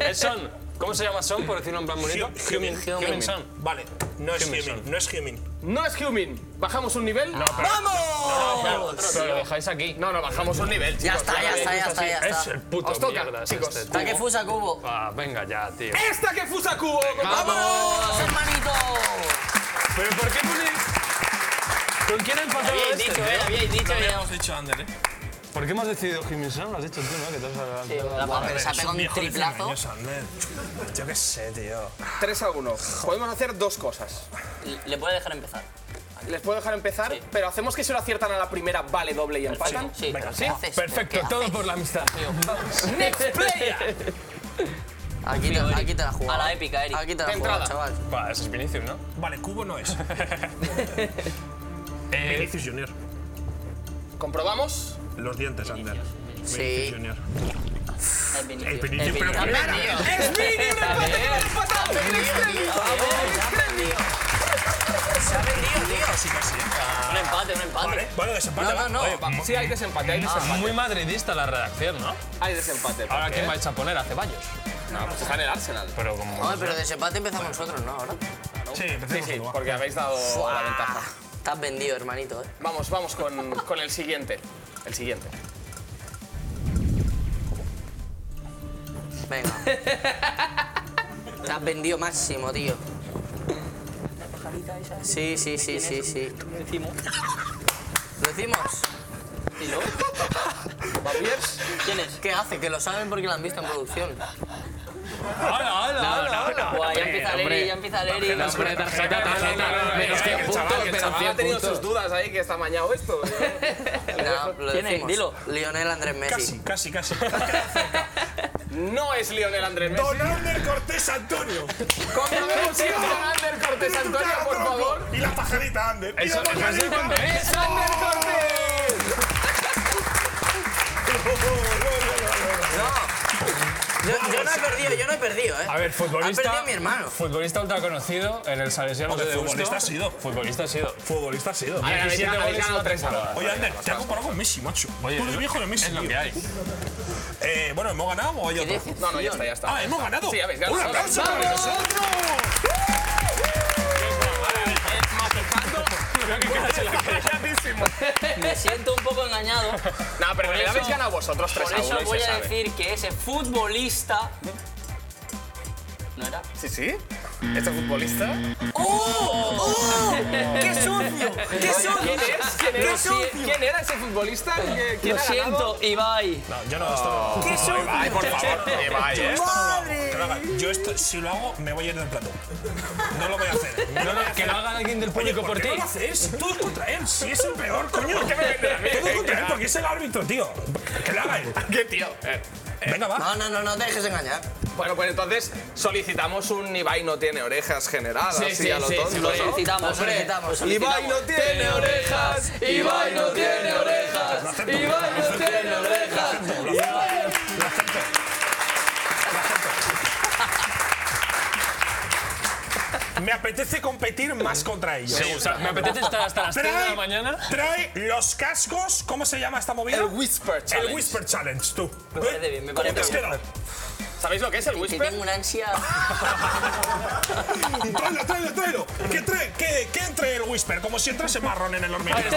Speaker 9: Es Son. ¿Cómo se llama Son, por decirlo en plan bonito?
Speaker 2: Hu- Humin.
Speaker 9: Humin Son.
Speaker 2: Vale, no es
Speaker 9: ¿Qué me
Speaker 2: Humin,
Speaker 9: son?
Speaker 2: no es Humin.
Speaker 3: No es Humin. Bajamos un nivel. No, pero.
Speaker 7: ¡Vamos!
Speaker 9: Pero lo dejáis aquí.
Speaker 3: No, no, bajamos un nivel.
Speaker 7: Ya
Speaker 3: chicos,
Speaker 7: está, ya
Speaker 3: veis,
Speaker 7: está, ya
Speaker 3: es
Speaker 7: está,
Speaker 3: así.
Speaker 7: ya
Speaker 9: Es
Speaker 7: está.
Speaker 9: el puto
Speaker 3: Os toca,
Speaker 9: mierda, es
Speaker 3: chicos.
Speaker 9: este.
Speaker 7: Está que fusa cubo.
Speaker 9: Ah, venga ya, tío.
Speaker 3: Esta que fusa cubo.
Speaker 7: ¡Vamos, hermanito!
Speaker 9: ¿Pero por qué ponéis...? ¿Con quién ha empatado
Speaker 7: Habíais
Speaker 9: este,
Speaker 7: dicho,
Speaker 9: tío?
Speaker 7: eh, habíais dicho. eh.
Speaker 2: dicho Ander, ¿eh?
Speaker 9: ¿Por qué hemos decidido Humin Son? Lo has dicho tú, ¿no? Que te has adelantado.
Speaker 7: Guau, Pero se ha pegado un triplazo.
Speaker 2: Ander. Yo qué sé, tío.
Speaker 3: 3 a 1. Podemos hacer dos cosas.
Speaker 7: Le puede dejar empezar.
Speaker 3: Les puedo dejar empezar, pero hacemos que si lo aciertan a la primera, vale doble y empatan.
Speaker 7: Sí, pero
Speaker 3: ¿sí?
Speaker 7: ¿qué haces?
Speaker 9: Perfecto,
Speaker 7: ¿Qué
Speaker 9: todo
Speaker 7: haces?
Speaker 9: por la amistad.
Speaker 3: Next player.
Speaker 8: Aquí te, aquí te la jugaba.
Speaker 7: A la épica, Eric.
Speaker 8: Aquí te la
Speaker 3: De
Speaker 8: jugaba,
Speaker 3: entrada.
Speaker 8: chaval.
Speaker 9: Va, ese es Vinicius, ¿no?
Speaker 2: Vale, Cubo no es.
Speaker 9: Eh,
Speaker 2: Vinicius Junior.
Speaker 3: Comprobamos.
Speaker 2: Los dientes, Ander. Vinicius
Speaker 8: Sí.
Speaker 2: Junior.
Speaker 7: Es Vinicius.
Speaker 2: El Vinicius, pero
Speaker 7: Vinicius.
Speaker 2: primero.
Speaker 3: ¡Es Vini! ¡Un empate que no ha empatado! ¡Next player.
Speaker 2: Casi, casi.
Speaker 7: Un empate, un empate.
Speaker 2: Vale, vale, desempate.
Speaker 7: No, no, no.
Speaker 2: Oye,
Speaker 3: Vamos, Sí, hay desempate,
Speaker 9: Ah,
Speaker 3: hay desempate.
Speaker 9: muy madridista la redacción, ¿no?
Speaker 3: Hay desempate.
Speaker 9: Ahora,
Speaker 3: porque-
Speaker 9: ¿quién vais a poner? A Ceballos.
Speaker 3: No, pues está en el Arsenal.
Speaker 9: Pero como...
Speaker 8: Hombre, pero de empate empezamos nosotros, ¿no? Ahora.
Speaker 2: Sí,
Speaker 3: Sí,
Speaker 2: empecemos
Speaker 3: sí,
Speaker 2: con Cubo.
Speaker 3: porque habéis dado la ventaja.
Speaker 8: Estás vendido, hermanito, ¿eh?
Speaker 3: Vamos, vamos con, con el siguiente. El siguiente.
Speaker 8: Venga. Estás vendido máximo, tío. Sí, sí, sí, sí, sí.
Speaker 7: Lo decimos.
Speaker 8: ¿Lo decimos?
Speaker 7: ¿Y luego?
Speaker 3: ¿Babiers?
Speaker 7: ¿Quién es?
Speaker 8: ¿Qué hace? Que lo saben porque lo han visto en producción.
Speaker 9: ¡Hola, hola, hola!
Speaker 7: Guau, ya empieza el Eric, ya empieza el Eric.
Speaker 4: Hombre,
Speaker 3: Pues
Speaker 4: tarjeta, tarjeta. Menos
Speaker 3: que
Speaker 4: 100
Speaker 3: el
Speaker 4: puntos,
Speaker 3: chaval, que el
Speaker 4: menos
Speaker 3: chaval ha
Speaker 4: 100
Speaker 3: tenido sus
Speaker 4: puntos.
Speaker 3: dudas ahí, que está mañado esto.
Speaker 8: No, lo
Speaker 7: ¿Quién es?
Speaker 8: decimos.
Speaker 7: Dilo.
Speaker 8: Lionel Andrés Messi.
Speaker 2: Casi, casi,
Speaker 3: <laughs>
Speaker 2: casi.
Speaker 3: No es Lionel Andrés Messi.
Speaker 2: Don Ander Cortés Antonio.
Speaker 3: Comprobemos si es Don Ander Cortés Antonio, por favor.
Speaker 2: Y la pajarita, Ander. Y
Speaker 9: Eso-
Speaker 2: la
Speaker 9: eso es
Speaker 2: pajarita.
Speaker 3: ¡Es Ander Cortés!
Speaker 8: Yo, yo no he perdido, yo no he perdido, ¿eh?
Speaker 9: A ver, futbolista...
Speaker 8: Ha perdido mi hermano.
Speaker 9: Futbolista ultra conocido en el Salesiano
Speaker 2: Hombre,
Speaker 9: de Deusto.
Speaker 2: futbolista ha sido.
Speaker 9: Futbolista ha sido.
Speaker 2: Futbolista ha sido.
Speaker 3: A ver, habéis
Speaker 9: 17
Speaker 3: ganado- habéis
Speaker 9: goles
Speaker 3: ganado
Speaker 9: en la
Speaker 3: 3 a
Speaker 9: temporada.
Speaker 2: Oye, Ander, te ha comparado con Messi, macho.
Speaker 9: Oye,
Speaker 2: Tú eres viejo de Messi.
Speaker 9: Es lo
Speaker 2: tío.
Speaker 9: que hay.
Speaker 2: Eh, bueno, ¿hemos ganado o hay otro?
Speaker 3: No, no, ya está, ya está.
Speaker 2: Ah, hemos ganado.
Speaker 3: Sí, habéis ganado.
Speaker 2: Un aplauso para
Speaker 3: ¡Vamos!
Speaker 2: nosotros. <laughs>
Speaker 7: Me siento un
Speaker 3: <laughs>
Speaker 7: poco engañado.
Speaker 3: No, pero en
Speaker 7: Por
Speaker 3: realidad habéis
Speaker 7: eso-
Speaker 3: ganado vosotros 3
Speaker 7: Por
Speaker 3: a 1
Speaker 7: eso
Speaker 3: y
Speaker 7: voy
Speaker 3: se
Speaker 7: a
Speaker 3: sabe.
Speaker 7: decir que ese futbolista. ¿No era?
Speaker 3: Sí, sí. ¿Este futbolista?
Speaker 8: ¡Qué sucio! ¡Qué
Speaker 3: ¿Quién es? ¿Quién era? ¿Quién era ese futbolista? ¿Qué- ¿Quién
Speaker 7: Lo
Speaker 3: ha ganado?
Speaker 7: siento, Ibai.
Speaker 3: Ibai, por favor. Ibai, ¿eh?
Speaker 2: Que lo haga. Yo esto, si lo hago, me voy a ir del plato. No lo voy a hacer. No lo voy a hacer.
Speaker 9: Que lo haga alguien del
Speaker 2: Oye,
Speaker 9: público por ti.
Speaker 2: qué no lo haces? Todo es contra él. Si es el peor, coño. ¿Por qué me Todo es contra él, porque es el árbitro, tío. Que lo haga él.
Speaker 3: ¿Qué tío? Eh,
Speaker 2: Venga, va.
Speaker 8: No, no, no, no te dejes engañar.
Speaker 3: Bueno, pues entonces solicitamos un Ibai no tiene orejas generadas.
Speaker 4: Sí, sí,
Speaker 3: a lo
Speaker 4: sí,
Speaker 3: tonto,
Speaker 4: sí,
Speaker 3: ¿no?
Speaker 7: Felicitamos,
Speaker 8: Lo felicitamos.
Speaker 3: Ibai no tiene orejas, Ibai no tiene orejas, Ibai no tiene orejas.
Speaker 2: Me apetece competir más contra ellos.
Speaker 9: Sí, o sea, me apetece estar hasta las 3 de la mañana.
Speaker 2: trae los cascos. ¿Cómo se llama esta movida?
Speaker 3: El Whisper Challenge.
Speaker 2: El Whisper Challenge, tú. ¿Eh?
Speaker 7: Me parece bien, me
Speaker 2: ¿Cómo
Speaker 7: parece
Speaker 2: te has
Speaker 7: bien.
Speaker 2: quedado?
Speaker 3: ¿Sabéis lo que es el
Speaker 8: Que
Speaker 3: Whisper?
Speaker 8: tengo una ansia.
Speaker 3: Ah,
Speaker 2: Tráelo, tráelo, tráelo. Que, trae, que, que entre el Whisper, como si entrase marrón en el hormiguero.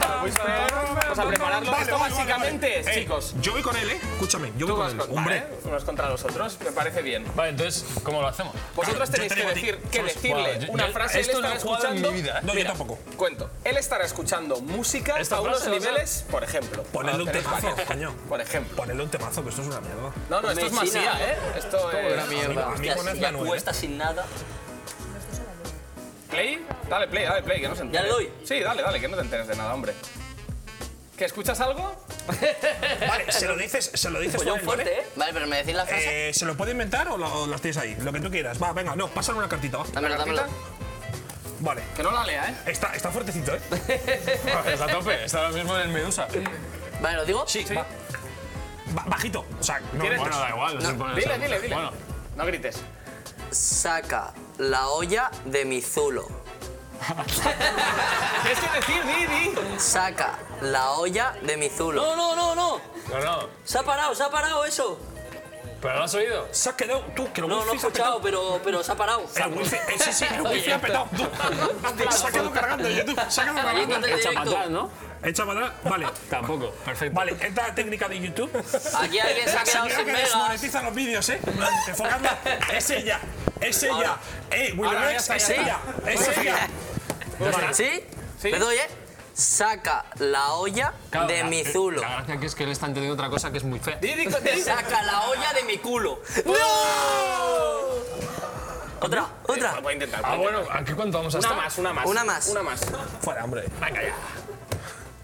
Speaker 3: Vamos a prepararlo.
Speaker 2: Vale,
Speaker 3: Esto
Speaker 2: vale, vale,
Speaker 3: básicamente es,
Speaker 2: vale. Eh,
Speaker 3: chicos,
Speaker 2: Yo voy con él, ¿eh? Escúchame, yo
Speaker 3: tú
Speaker 2: voy
Speaker 3: vas
Speaker 2: con él.
Speaker 3: con,
Speaker 2: Hombre.
Speaker 3: vale, unos contra los otros, me parece bien.
Speaker 9: Vale, entonces, ¿cómo lo hacemos?
Speaker 3: Vosotros
Speaker 2: Claro, yo
Speaker 3: tenéis
Speaker 2: te
Speaker 3: que
Speaker 2: digo a ti,
Speaker 3: decir, que
Speaker 2: somos-
Speaker 3: decirle
Speaker 9: Wow, yo-
Speaker 3: una
Speaker 9: yo-
Speaker 3: frase, él
Speaker 9: esto no
Speaker 3: estará
Speaker 9: he jugado en
Speaker 3: escuchando...
Speaker 9: mi vida, ¿eh?
Speaker 2: No, yo
Speaker 3: Mira,
Speaker 2: tampoco.
Speaker 3: Cuento, él estará escuchando música
Speaker 9: Esta
Speaker 3: a unos
Speaker 9: frase, o sea-
Speaker 3: niveles, por ejemplo.
Speaker 2: Ponele un
Speaker 3: Ah, tenéis
Speaker 2: temazo,
Speaker 3: varias.
Speaker 2: coño.
Speaker 3: Por ejemplo.
Speaker 2: Ponele un temazo, que esto es una mierda.
Speaker 3: No, no, esto es
Speaker 7: Mesina,
Speaker 3: masía, ¿eh? Esto es... eh.
Speaker 2: A mí
Speaker 7: Ya,
Speaker 2: ponedme a
Speaker 7: ya
Speaker 2: nueve.
Speaker 7: cuesta sin nada.
Speaker 3: ¿Play? Dale play, dale play, que no se entere.
Speaker 7: ¿Ya le doy?
Speaker 3: Sí, dale, dale, que no te enteres de nada, hombre. ¿Que escuchas algo?
Speaker 2: Vale, se lo dices, se lo
Speaker 3: Pues
Speaker 2: dices
Speaker 7: Follón
Speaker 2: por él, ¿vale?
Speaker 7: fuerte, ¿eh?
Speaker 8: Vale, pero me decís la frase.
Speaker 2: Eh, ¿Se lo puede inventar o lo, o las tienes ahí? Lo que tú quieras. Va, venga, no, pásale una cartita, va.
Speaker 8: Dámelo, dámelo.
Speaker 2: Vale.
Speaker 3: Que no la lea, ¿eh?
Speaker 2: Está, está fuertecito, ¿eh?
Speaker 9: Está a tope, está ahora mismo en el Medusa.
Speaker 7: Vale, ¿lo digo?
Speaker 2: Sí. va- ba- bajito. O sea, no,
Speaker 3: ¿Tienes-
Speaker 2: bueno, da igual.
Speaker 3: No,
Speaker 2: se pone-
Speaker 3: dile,
Speaker 2: se-
Speaker 3: dile, dile.
Speaker 2: Bueno,
Speaker 3: No grites.
Speaker 7: Saca la olla de mi zulo.
Speaker 3: <laughs> Tienes que decir, di, di.
Speaker 7: Saca la olla de mi zulo.
Speaker 8: No, no, no, no.
Speaker 9: No, no.
Speaker 8: Se ha parado, se ha parado eso.
Speaker 9: ¿Pero lo has oído?
Speaker 2: se ha quedado tú, que lo
Speaker 8: No, no he
Speaker 2: wifi se ha petado.
Speaker 8: escuchado, pero, pero se ha parado.
Speaker 2: El wifi, eh, sí,
Speaker 3: <laughs>
Speaker 2: sí, el wifi ha petado. se ha quedado cargando en YouTube. Se ha quedado cargando.
Speaker 8: Ayúdate
Speaker 9: Echa para
Speaker 8: directo.
Speaker 9: atrás, ¿no?
Speaker 2: Echa para atrás. Vale.
Speaker 9: Tampoco. Perfecto.
Speaker 2: Vale, esta es la técnica de YouTube.
Speaker 8: Aquí alguien se ha quedado
Speaker 2: Señora
Speaker 8: sin
Speaker 2: que
Speaker 8: megas.
Speaker 2: desmonetiza los vídeos, ¿eh? Enfocadla. Es ella. Es ella. Eh, Willy
Speaker 3: Ahora ya
Speaker 2: Rex,
Speaker 3: está,
Speaker 2: es
Speaker 3: ya
Speaker 2: ella. Es ella.
Speaker 7: ¿Sí? ¿Le doy, eh? Saca la olla
Speaker 9: Claro,
Speaker 7: de
Speaker 9: la-
Speaker 7: mi zulo.
Speaker 9: La gracia aquí es que él está entendiendo otra cosa que es muy fea.
Speaker 7: Saca la olla de mi culo. ¡No! Otra, otra.
Speaker 3: Voy a intentar.
Speaker 9: Ah,
Speaker 3: voy a intentar.
Speaker 9: bueno, ¿aquí cuánto vamos a
Speaker 3: Una
Speaker 9: estar?
Speaker 3: más, una Eh, más.
Speaker 7: Una más.
Speaker 3: Una más.
Speaker 2: Fuera, hombre.
Speaker 3: Uh,
Speaker 2: Venga ya.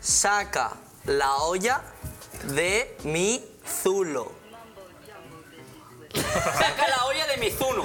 Speaker 7: Saca la olla de mi zulo.
Speaker 8: Saca la olla de Mizuno.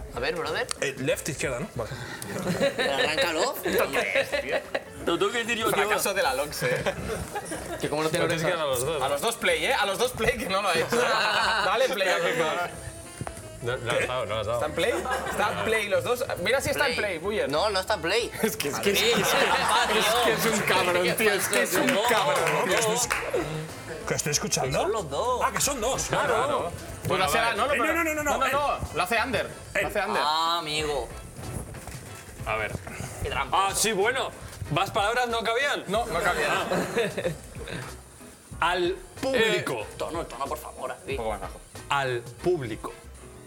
Speaker 7: A ver, brother.
Speaker 2: eh, left, izquierda, ¿no? Vale.
Speaker 7: Arráncalo.
Speaker 8: Lo tengo que decir yo, tío.
Speaker 3: Fracaso de la LOX, eh.
Speaker 4: Que como no tiene
Speaker 9: Tienes que
Speaker 4: orejas.
Speaker 9: ganar los dos.
Speaker 3: A los dos play, eh. A los dos play que no lo ha hecho. Dale play a los dos.
Speaker 9: No, no has dado, no has
Speaker 3: ¿Está
Speaker 9: dado.
Speaker 3: en play? Está en play los dos. Mira si está en play, Buller.
Speaker 7: No, no está en play.
Speaker 3: Es que es, que,
Speaker 8: Ah, tío.
Speaker 3: es un cabrón, tío. Es que es un
Speaker 8: No,
Speaker 3: cabrón.
Speaker 2: No, que estoy, que estoy escuchando. Son los dos. Ah, que son dos. Claro.
Speaker 3: Pues lo hace la- no, no,
Speaker 2: Eh, no,
Speaker 3: pero-
Speaker 2: no, no, no, no,
Speaker 3: no,
Speaker 2: él.
Speaker 3: Lo hace Ander.
Speaker 2: Él.
Speaker 3: Lo hace Ander.
Speaker 8: Ah, amigo.
Speaker 9: A ver.
Speaker 8: Qué trampa.
Speaker 9: Ah, sí, bueno. ¿Más palabras no cabían? Ah.
Speaker 3: No, no cambia <laughs> nada.
Speaker 9: Al público.
Speaker 3: Eh.
Speaker 8: Tono, tono, por favor. aquí.
Speaker 9: Al público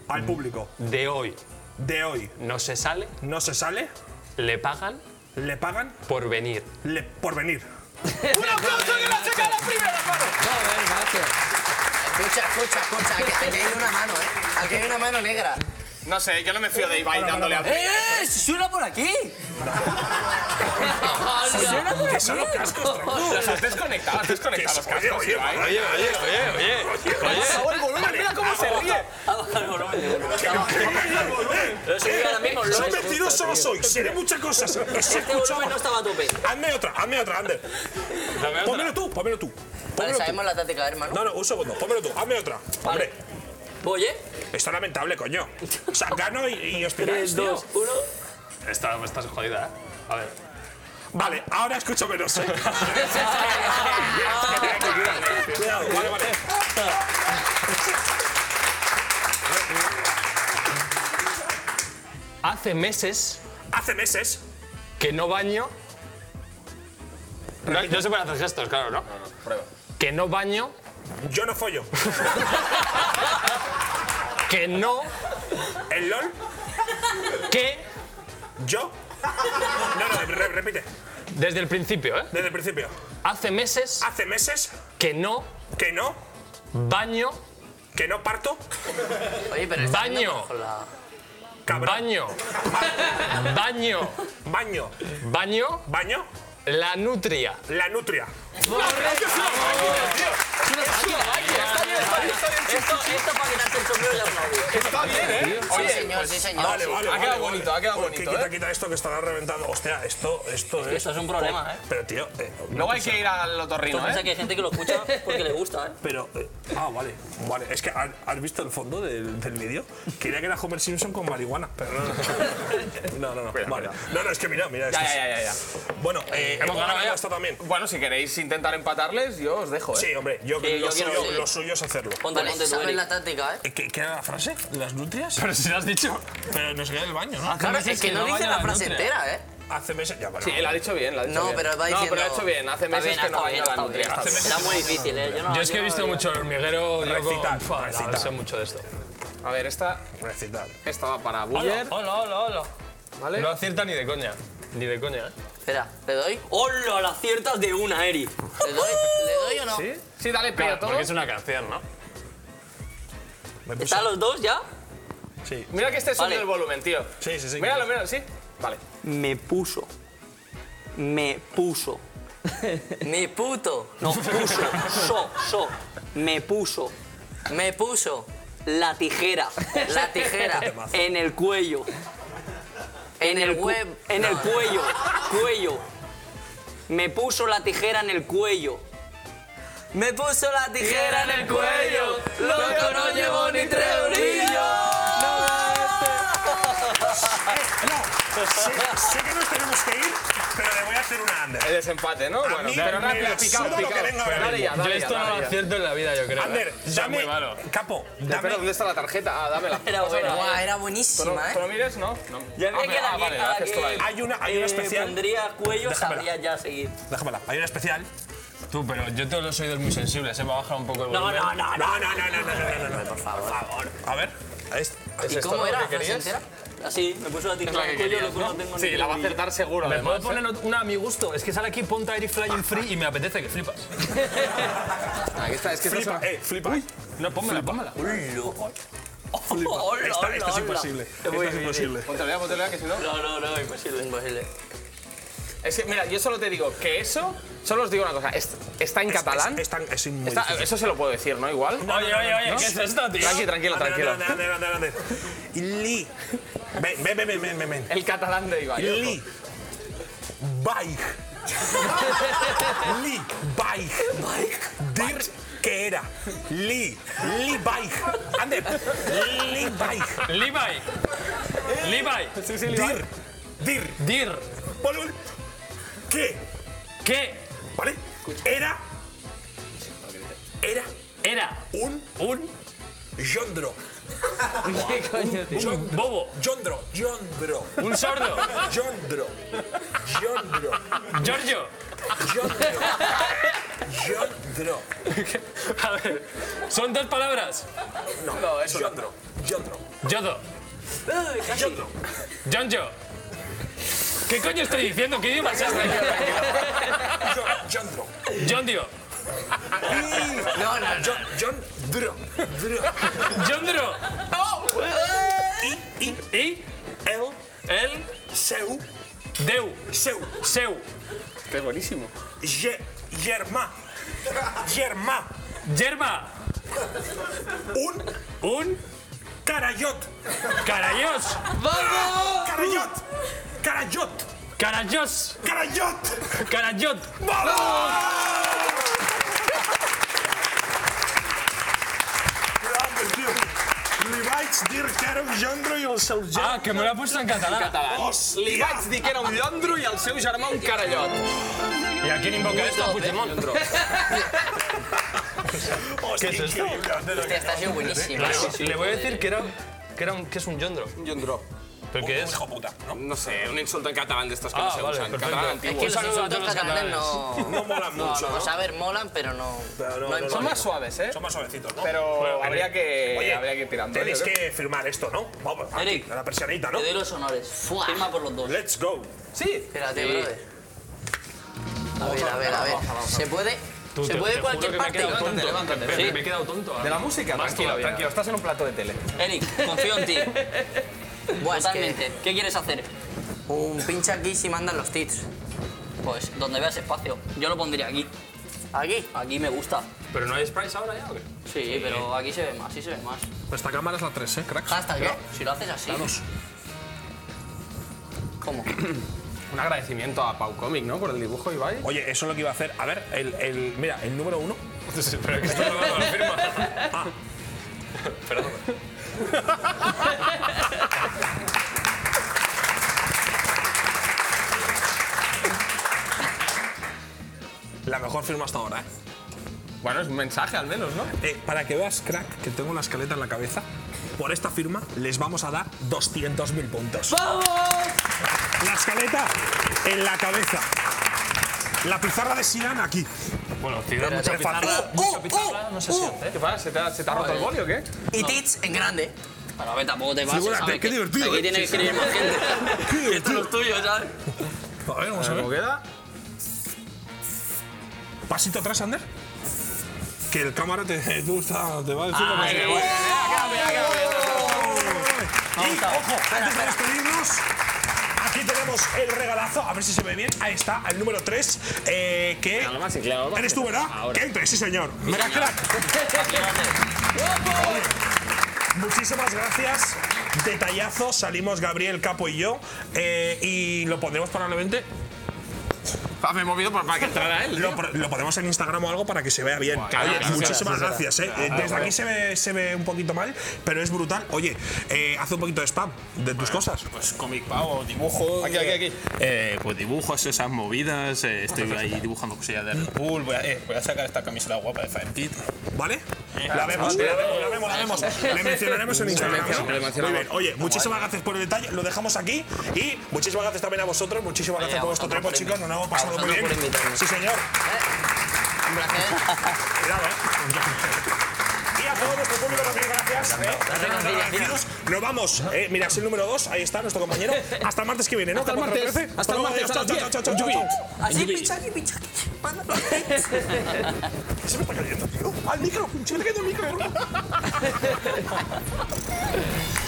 Speaker 2: Al público
Speaker 9: de hoy
Speaker 2: de hoy
Speaker 9: no se sale,
Speaker 2: no se sale,
Speaker 9: le pagan
Speaker 2: le pagan
Speaker 9: por venir.
Speaker 2: le- por venir.
Speaker 3: ¡Un aplauso que lo ha sacado la primera, mano!
Speaker 7: Escucha, escucha, escucha. Aquí, aquí hay una mano, eh. Aquí hay una mano negra.
Speaker 3: No sé, yo no me fío de Ibai dándole a play.
Speaker 7: ¡Eh! ¿Se suena por aquí?
Speaker 3: <laughs>
Speaker 7: ¿Se suena por
Speaker 2: ¿Qué
Speaker 7: aquí?
Speaker 2: son los cascos? tranquilo?
Speaker 3: Los has desconectado, has desconectado los
Speaker 2: Oye,
Speaker 3: cascos,
Speaker 2: oye,
Speaker 3: Ibai.
Speaker 9: Oye, oye, oye, oye.
Speaker 3: Por favor, volumen, mira cómo se ríe.
Speaker 8: Ha bajado el volumen.
Speaker 2: ¿Qué?
Speaker 8: sí, ahora mismo lo
Speaker 2: Soy
Speaker 8: es.
Speaker 2: mentiroso lo soy, seré muchas cosas. Os he
Speaker 8: Este volumen no
Speaker 2: escuchado.
Speaker 8: estaba a tope.
Speaker 2: Hazme otra, hazme otra, Ander. Pónmelo tú, pónmelo tú.
Speaker 7: Vale,
Speaker 2: Pónmelo tú.
Speaker 7: sabemos la táctica, hermano.
Speaker 2: No, no, un segundo, pónmelo tú, hazme otra. Hombre,
Speaker 8: Voy, ¿eh?
Speaker 2: está lamentable, coño. O sea, gano y, y os piráis,
Speaker 8: 3,
Speaker 2: tío.
Speaker 8: 2, 1.
Speaker 9: Esta, estás jodida, ¿eh? A ver.
Speaker 2: Vale, ahora escucho menos. ¿eh? Cuidado, vale, vale.
Speaker 9: Hace meses
Speaker 2: Hace meses
Speaker 9: que no baño. No, no se pueden hacer gestos, claro, ¿no? Que no baño,
Speaker 2: yo no follo.
Speaker 9: que no,
Speaker 2: El LOL,
Speaker 9: que.
Speaker 2: yo. No, no, re- repite,
Speaker 9: Desde el principio, ¿eh?
Speaker 2: desde el principio.
Speaker 9: Hace meses
Speaker 2: Hace meses
Speaker 9: que no
Speaker 2: que no,
Speaker 9: baño,
Speaker 2: que no parto,
Speaker 7: Oye, pero está
Speaker 9: Baño.
Speaker 7: yendo con la-
Speaker 2: cabrón.
Speaker 9: baño, baño,
Speaker 2: Baño,
Speaker 9: baño,
Speaker 2: baño,
Speaker 9: la nutria.
Speaker 2: la nutria.
Speaker 3: Ah,
Speaker 8: Esto, esto para quitarse el sombrero y aplaudir.
Speaker 3: Está bien, ¿eh?
Speaker 7: Sí, señor, sí, señor.
Speaker 2: Vale, vale.
Speaker 3: Ha quedado
Speaker 2: vale,
Speaker 3: bonito,
Speaker 2: vale.
Speaker 3: ha quedado
Speaker 2: Oye,
Speaker 3: bonito,
Speaker 2: Quita,
Speaker 3: ¿eh?
Speaker 2: quita esto que estará reventando. Hostia, esto, esto es.
Speaker 8: Esto es un problema, ¿eh?
Speaker 2: Pero tío, eh,
Speaker 3: Luego hay que ir al otorrino,
Speaker 8: Piensa
Speaker 3: ¿eh?
Speaker 8: que hay gente que lo escucha porque le gusta, ¿eh?
Speaker 2: pero. eh, ah, vale, vale. Es que ¿has has visto el fondo del, del vídeo? Quería que era Homer Simpson con marihuana, pero no. No, no, no. Vale. No, no, es que mira, mira.
Speaker 3: Ya,
Speaker 2: esto es-
Speaker 3: ya, ya, ya.
Speaker 2: Bueno, eh, hemos ganado
Speaker 3: ya.
Speaker 2: esto también.
Speaker 3: Bueno, si queréis intentar empatarles, yo os dejo, ¿eh?
Speaker 2: Sí, hombre, yo,
Speaker 8: Sí,
Speaker 2: lo,
Speaker 8: yo quiero-
Speaker 2: suyo,
Speaker 8: sí.
Speaker 2: lo suyo es hacerlo.
Speaker 8: Ponte,
Speaker 7: Vale,
Speaker 8: ponte tú,
Speaker 7: sabes
Speaker 8: Eric.
Speaker 7: la táctica, ¿eh?
Speaker 2: Eh, ¿Qué, qué era la frase? ¿Las nutrias?
Speaker 9: Pero si lo has dicho.
Speaker 2: Pero nos queda el baño, ¿no?
Speaker 7: Claro, es que no dice la frase entera, ¿eh?
Speaker 2: Hace meses. Ya, bueno.
Speaker 3: Sí, él ha dicho bien, la ha dicho
Speaker 7: No,
Speaker 3: bien.
Speaker 7: pero va
Speaker 3: No,
Speaker 7: diciendo-
Speaker 3: pero ha hecho bien. Hace
Speaker 8: Está
Speaker 3: meses
Speaker 8: bien,
Speaker 3: que no
Speaker 8: está
Speaker 3: baño
Speaker 8: bien,
Speaker 3: la
Speaker 8: está
Speaker 3: nutria.
Speaker 8: bien. Está muy difícil, ¿eh? Yo, no,
Speaker 9: Yo es que he
Speaker 8: no-
Speaker 9: visto mucho el hormiguero. yo con-
Speaker 2: Recitar,
Speaker 9: Fua, no,
Speaker 2: recitar.
Speaker 9: sé mucho de esto.
Speaker 3: A ver, esta,
Speaker 2: Recitar.
Speaker 3: esta va para Buller.
Speaker 9: hola, hola, hola.
Speaker 3: ¿Vale?
Speaker 9: No acierta ni de coña. Ni de coña, ¿eh?
Speaker 7: Espera, ¿le doy?
Speaker 8: ¡Hola! La aciertas de una, Eri.
Speaker 7: ¿Le doy, ¿Le doy o no?
Speaker 3: Sí, dale, pero todo.
Speaker 9: Porque es una canción, ¿no?
Speaker 2: Me puse-
Speaker 7: ¿Están los dos ya?
Speaker 2: Sí.
Speaker 3: Mira que este sube
Speaker 7: Vale.
Speaker 3: el volumen, tío.
Speaker 2: Sí, sí, sí.
Speaker 3: Míralo, míralo, sí. Vale.
Speaker 7: Me puso. Me puso.
Speaker 8: Me puto.
Speaker 7: No, puso. So, so. Me puso.
Speaker 8: Me puso.
Speaker 7: La tijera.
Speaker 8: La
Speaker 2: <laughs>
Speaker 8: tijera.
Speaker 7: En el cuello.
Speaker 8: En el
Speaker 7: cu-
Speaker 8: web.
Speaker 7: En el cuello. Cuello. Me puso la tijera en el cuello.
Speaker 8: Me puso la
Speaker 7: tijera en el cuello.
Speaker 8: Loco,
Speaker 7: no llevo ni tres
Speaker 8: este.
Speaker 2: No, sé, sé que nos tenemos que ir, pero le voy a hacer una under.
Speaker 3: El desempate, ¿no?
Speaker 2: A
Speaker 3: Bueno,
Speaker 2: mí
Speaker 3: pero
Speaker 2: me
Speaker 3: rápido,
Speaker 2: la
Speaker 3: picado,
Speaker 2: suda lo
Speaker 3: picado.
Speaker 2: que venga
Speaker 3: Pero
Speaker 2: ahora
Speaker 3: dale ya,
Speaker 2: mismo.
Speaker 9: Yo
Speaker 3: dale ya,
Speaker 9: esto no
Speaker 3: dale
Speaker 9: lo
Speaker 3: ya.
Speaker 9: acierto en la vida, yo creo.
Speaker 2: Ander,
Speaker 9: ¿eh? Soy
Speaker 2: dame.
Speaker 9: muy malo.
Speaker 2: Capo, dame.
Speaker 3: Espera, ¿dónde está la tarjeta? Ah, dámela.
Speaker 8: Era buena, guau, era
Speaker 3: ¿Tú no,
Speaker 8: buenísima,
Speaker 3: tú no
Speaker 8: ¿eh?
Speaker 3: mires? No. no.
Speaker 7: Ya me
Speaker 3: Ah,
Speaker 7: queda
Speaker 3: ah,
Speaker 7: aquí,
Speaker 3: vale,
Speaker 7: cada
Speaker 3: la haces tú
Speaker 7: que-
Speaker 3: ahí.
Speaker 2: Hay una, hay una
Speaker 7: Eh,
Speaker 2: especial.
Speaker 7: Pondría cuello,
Speaker 2: Déjamela.
Speaker 7: sabría ya seguir.
Speaker 2: Déjamela. Hay una especial.
Speaker 9: Tú, pero yo tengo los oídos muy sensibles, se me baja un poco el
Speaker 8: No,
Speaker 9: volumen.
Speaker 8: no, no.
Speaker 2: No, no, no, no, no, no, no, no, por favor. A ver. es-
Speaker 8: ¿Y
Speaker 3: esto
Speaker 8: cómo
Speaker 3: lo
Speaker 8: era la
Speaker 3: que
Speaker 8: frase
Speaker 3: querías?
Speaker 8: entera?
Speaker 7: Así, me puso la
Speaker 3: Es
Speaker 7: tijera
Speaker 3: la
Speaker 7: en
Speaker 3: que
Speaker 7: el cuello,
Speaker 3: querías,
Speaker 7: loco, no
Speaker 3: ¿no?
Speaker 7: tengo
Speaker 3: Sí,
Speaker 7: ni
Speaker 3: la va a
Speaker 7: idea.
Speaker 3: acertar seguro,
Speaker 9: Me puedo
Speaker 3: además. ¿eh?
Speaker 9: poner una a mi gusto. Es que sale aquí Ponta Air Flying Free y me apetece que flipas.
Speaker 3: Aquí está, es que
Speaker 2: Flipa,
Speaker 3: estás-
Speaker 2: eh, flipa.
Speaker 9: No, pónmela, pónmela.
Speaker 8: <laughs> Hola,
Speaker 2: Esta,
Speaker 8: hola,
Speaker 2: esta es
Speaker 8: hola.
Speaker 2: imposible. Esta es imposible.
Speaker 3: Pontelea, pontelea, que si no...
Speaker 8: No, no, no, imposible, imposible.
Speaker 3: Es que, mira, yo solo te digo que eso... Solo os digo una cosa. es- Está en
Speaker 2: Es- es-
Speaker 3: catalán.
Speaker 2: Es, tan- es muy
Speaker 3: Está-
Speaker 2: difícil.
Speaker 3: eso se lo puedo decir, ¿no? Igual.
Speaker 9: Oye, oye, oye,
Speaker 2: ¿No?
Speaker 9: ¿qué es esto, tío?
Speaker 3: Tranqui, tranquilo,
Speaker 2: Ander,
Speaker 3: tranquilo.
Speaker 2: Ander, Ander, Ander, Ander, Ander. Li. Ven, ven, ven, ven, ven, ven.
Speaker 3: El catalán de Ibai.
Speaker 2: <laughs>
Speaker 3: ojo.
Speaker 2: Li. Bike. Li. Bike. Dir que era. Li. Li bike. Ander. Li bike.
Speaker 9: Levi. Levi.
Speaker 2: Dir. Dir.
Speaker 9: Dir.
Speaker 2: Volvemos. ¿Qué?
Speaker 9: ¿Qué
Speaker 2: ¿Vale? Era. Era
Speaker 9: era?
Speaker 2: un.
Speaker 9: Un
Speaker 2: Yondro.
Speaker 4: ¿Qué coño, tío?
Speaker 9: un bobo.
Speaker 2: Yondro. Yondro.
Speaker 9: Un <laughs> sordo.
Speaker 2: Yondro. Yondro.
Speaker 9: Giorgio.
Speaker 2: Yondro. Yondro.
Speaker 9: A ver, son dos palabras.
Speaker 2: No, es Yondro. Yondro.
Speaker 9: Yodo.
Speaker 2: Yondro.
Speaker 9: Jonjo. ¿Qué coño estoy diciendo? ¿Qué idioma es este?
Speaker 2: Yo- Yondro.
Speaker 9: Jondio.
Speaker 2: No, no, Yondro. Dro.
Speaker 9: Jondro.
Speaker 2: I, I,
Speaker 9: Y
Speaker 2: el,
Speaker 9: el
Speaker 2: seu,
Speaker 9: deu.
Speaker 2: seu.
Speaker 9: Seu.
Speaker 3: Qué buenísimo.
Speaker 2: Ye, yerma. Yerma.
Speaker 9: Yerba.
Speaker 2: Un
Speaker 9: Un
Speaker 2: carayot.
Speaker 9: carayos.
Speaker 2: Carayot. Carayot.
Speaker 9: Carayos.
Speaker 2: Carayot.
Speaker 9: Carayot.
Speaker 2: Grande, tio. Li vaig dir que era un gendre i el seu
Speaker 9: Ah, que me lo ha puesto en catalán.
Speaker 3: Catalán.
Speaker 2: Hòstia.
Speaker 3: Li vaig dir que era un llondro i el seu germà un carallot.
Speaker 9: ¿Y a quién invoca esto? A Puigdemont.
Speaker 2: Hòstia,
Speaker 9: és això?
Speaker 2: increïble.
Speaker 8: Hostia, esta ha sido buenísima.
Speaker 9: Le, le voy a decir que era, que era un, que es un yondro.
Speaker 3: Un llondro.
Speaker 9: ¿Pero qué es?
Speaker 2: Hijo puta, no?
Speaker 3: No sé, un insulto en catalán de estos que
Speaker 9: Ah,
Speaker 3: no se
Speaker 9: vale,
Speaker 3: usan.
Speaker 9: perfecto.
Speaker 3: Catalán
Speaker 8: Es
Speaker 3: antiguo.
Speaker 8: que los
Speaker 9: saludo a todos
Speaker 8: insultos
Speaker 9: los
Speaker 8: catalanes
Speaker 9: catalanes.
Speaker 8: no.
Speaker 2: No molan mucho,
Speaker 8: O
Speaker 2: ¿no?
Speaker 8: sea, a ver, molan, pero no. no
Speaker 3: Son
Speaker 8: imponen.
Speaker 3: más suaves, ¿eh?
Speaker 2: Son más suavecitos, ¿no?
Speaker 3: Pero
Speaker 9: Bueno,
Speaker 3: habría, que,
Speaker 2: Oye,
Speaker 3: habría que ir tirando.
Speaker 2: tenéis
Speaker 3: yo creo.
Speaker 2: que firmar esto, ¿no? Vamos, aquí,
Speaker 8: Eric.
Speaker 2: a la persianita, ¿no?
Speaker 8: Te doy los honores. Firma por los dos.
Speaker 2: Let's go.
Speaker 3: Sí.
Speaker 8: Espérate,
Speaker 3: Sí.
Speaker 8: brother. A ver, a ver, a ver. Se puede.
Speaker 9: Tú,
Speaker 8: Se
Speaker 9: te-
Speaker 8: puede
Speaker 9: te
Speaker 8: cualquier
Speaker 9: juro que me he
Speaker 8: parte.
Speaker 9: quedado tonto.
Speaker 3: Levántate,
Speaker 9: Espérate,
Speaker 3: sí.
Speaker 9: Me he quedado tonto. ¿eh?
Speaker 3: De la música,
Speaker 9: Más
Speaker 3: tranquilo,
Speaker 9: todavía.
Speaker 3: tranquilo. Estás en un plato de tele.
Speaker 8: Eric, confío <laughs> en ti.
Speaker 7: Buah, es que-
Speaker 8: Totalmente. ¿Qué quieres hacer?
Speaker 7: Un pinche aquí si mandan los tips.
Speaker 8: Pues donde veas espacio. Yo lo pondría aquí.
Speaker 7: Aquí.
Speaker 8: Aquí me gusta.
Speaker 9: ¿Pero no hay Sprites ahora ya o qué? Pues
Speaker 8: Sí, pero aquí se ve más, sí se ve más.
Speaker 9: Esta cámara es la 3, ¿eh, cracks?
Speaker 8: Hashtag, ¿eh? Si lo haces así. ¿Cómo?
Speaker 3: Un agradecimiento a Pau Comic, ¿no? Por el dibujo, Ibai.
Speaker 2: Oye, eso es lo que iba a hacer. A ver, el, el, mira, el número
Speaker 9: <laughs>
Speaker 2: uno. Ah.
Speaker 9: Pero que esto no lo firma.
Speaker 2: <laughs>
Speaker 9: Perdón.
Speaker 2: La mejor firma hasta ahora, ¿eh?
Speaker 3: Bueno, es un mensaje al menos, ¿no?
Speaker 2: Eh, para que veas, crack, que tengo una escaleta en la cabeza, por esta firma les vamos a dar 200.000 puntos. ¡Vamos! La escaleta en la cabeza. La pizarra de Sidan aquí.
Speaker 9: Bueno, tira mucha
Speaker 2: Me faltó.
Speaker 9: mucha pizarra, no sé si hace.
Speaker 3: ¿Qué pasa? ¿Se te ha, se te ha roto el boli o qué?
Speaker 7: Y Tits en grande.
Speaker 8: Bueno, a ver, tampoco te vas
Speaker 2: Figúrate,
Speaker 8: ¿sabes?
Speaker 2: qué
Speaker 8: Que
Speaker 2: divertido,
Speaker 8: Aquí
Speaker 2: ¿eh?
Speaker 8: tiene que escribir más gente.
Speaker 2: <laughs> ¡Qué
Speaker 8: Que Esto es lo tuyo, ¿sabes?
Speaker 2: A ver, vamos a ver.
Speaker 3: ¿Cómo queda?
Speaker 2: Pasito atrás, Ander. que el cámara te, tú está- te va a decir lo que
Speaker 1: Ay,
Speaker 2: sea.
Speaker 1: bueno,
Speaker 2: Y ojo, antes de despedirnos, aquí tenemos el regalazo, a ver si se ve bien. Ahí está, el número 3, que. Eres tú, ¿verdad?
Speaker 3: Ahora.
Speaker 2: Que entre, sí, señor. Mega crack. Muchísimas gracias. Detallazo, salimos Gabriel, Capo y yo. eh, y lo pondremos probablemente.
Speaker 12: Ah,
Speaker 3: me he movido para que entrara él.
Speaker 2: Lo, pro- lo ponemos en Instagram o algo para que se vea bien.
Speaker 3: Guay,
Speaker 2: Oye,
Speaker 3: gracias,
Speaker 2: muchísimas
Speaker 3: gracias.
Speaker 2: gracias. eh. Eh,
Speaker 3: Ah,
Speaker 2: Desde
Speaker 3: bueno.
Speaker 2: aquí se ve, se ve un poquito mal, pero es brutal. Oye, eh, haz un poquito de spam de tus cosas.
Speaker 12: Pues cómic pavo, dibujo.
Speaker 2: Aquí, aquí, aquí.
Speaker 12: Eh, pues dibujos, esas movidas. eh, estoy ahí dibujando cosillas de Red Bull. Voy a, eh, voy a sacar esta camiseta guapa de Fire Pit.
Speaker 2: ¿Vale? La vemos, la vemos, la vemos, la vemos.
Speaker 8: <laughs>
Speaker 2: Le mencionaremos en Instagram. ¿no? Muy bien. Oye, muchísimas gracias por el detalle. Lo dejamos aquí. Y muchísimas gracias también a vosotros. Muchísimas
Speaker 8: Oye,
Speaker 2: gracias
Speaker 8: a
Speaker 2: por vuestro
Speaker 8: vosotros
Speaker 2: tiempo,
Speaker 8: por
Speaker 2: chicos. Nos
Speaker 8: invi-
Speaker 2: lo hemos
Speaker 8: a
Speaker 2: pasado muy bien.
Speaker 8: vosotros por invitarnos.
Speaker 2: Sí, señor. Cuidado, eh. Y a todo nuestro público también, gracias. eh.
Speaker 8: Venga, venga,
Speaker 2: Agradecidos. Nos vamos. eh. Mira, es el número 2. Ahí está nuestro compañero. Hasta el martes que viene, ¿no?
Speaker 8: Hasta el
Speaker 2: Capítulo
Speaker 8: martes.
Speaker 2: 13.
Speaker 8: Hasta el
Speaker 2: luego,
Speaker 8: martes, a
Speaker 2: adiós.
Speaker 8: las 10.
Speaker 2: Chao, chao, chao, chao, chao.
Speaker 8: Así,
Speaker 2: Yubi.
Speaker 8: pincha aquí, pincha aquí. <laughs>
Speaker 2: Se me está cayendo, tío. Al micro. Se me está cayendo el micro.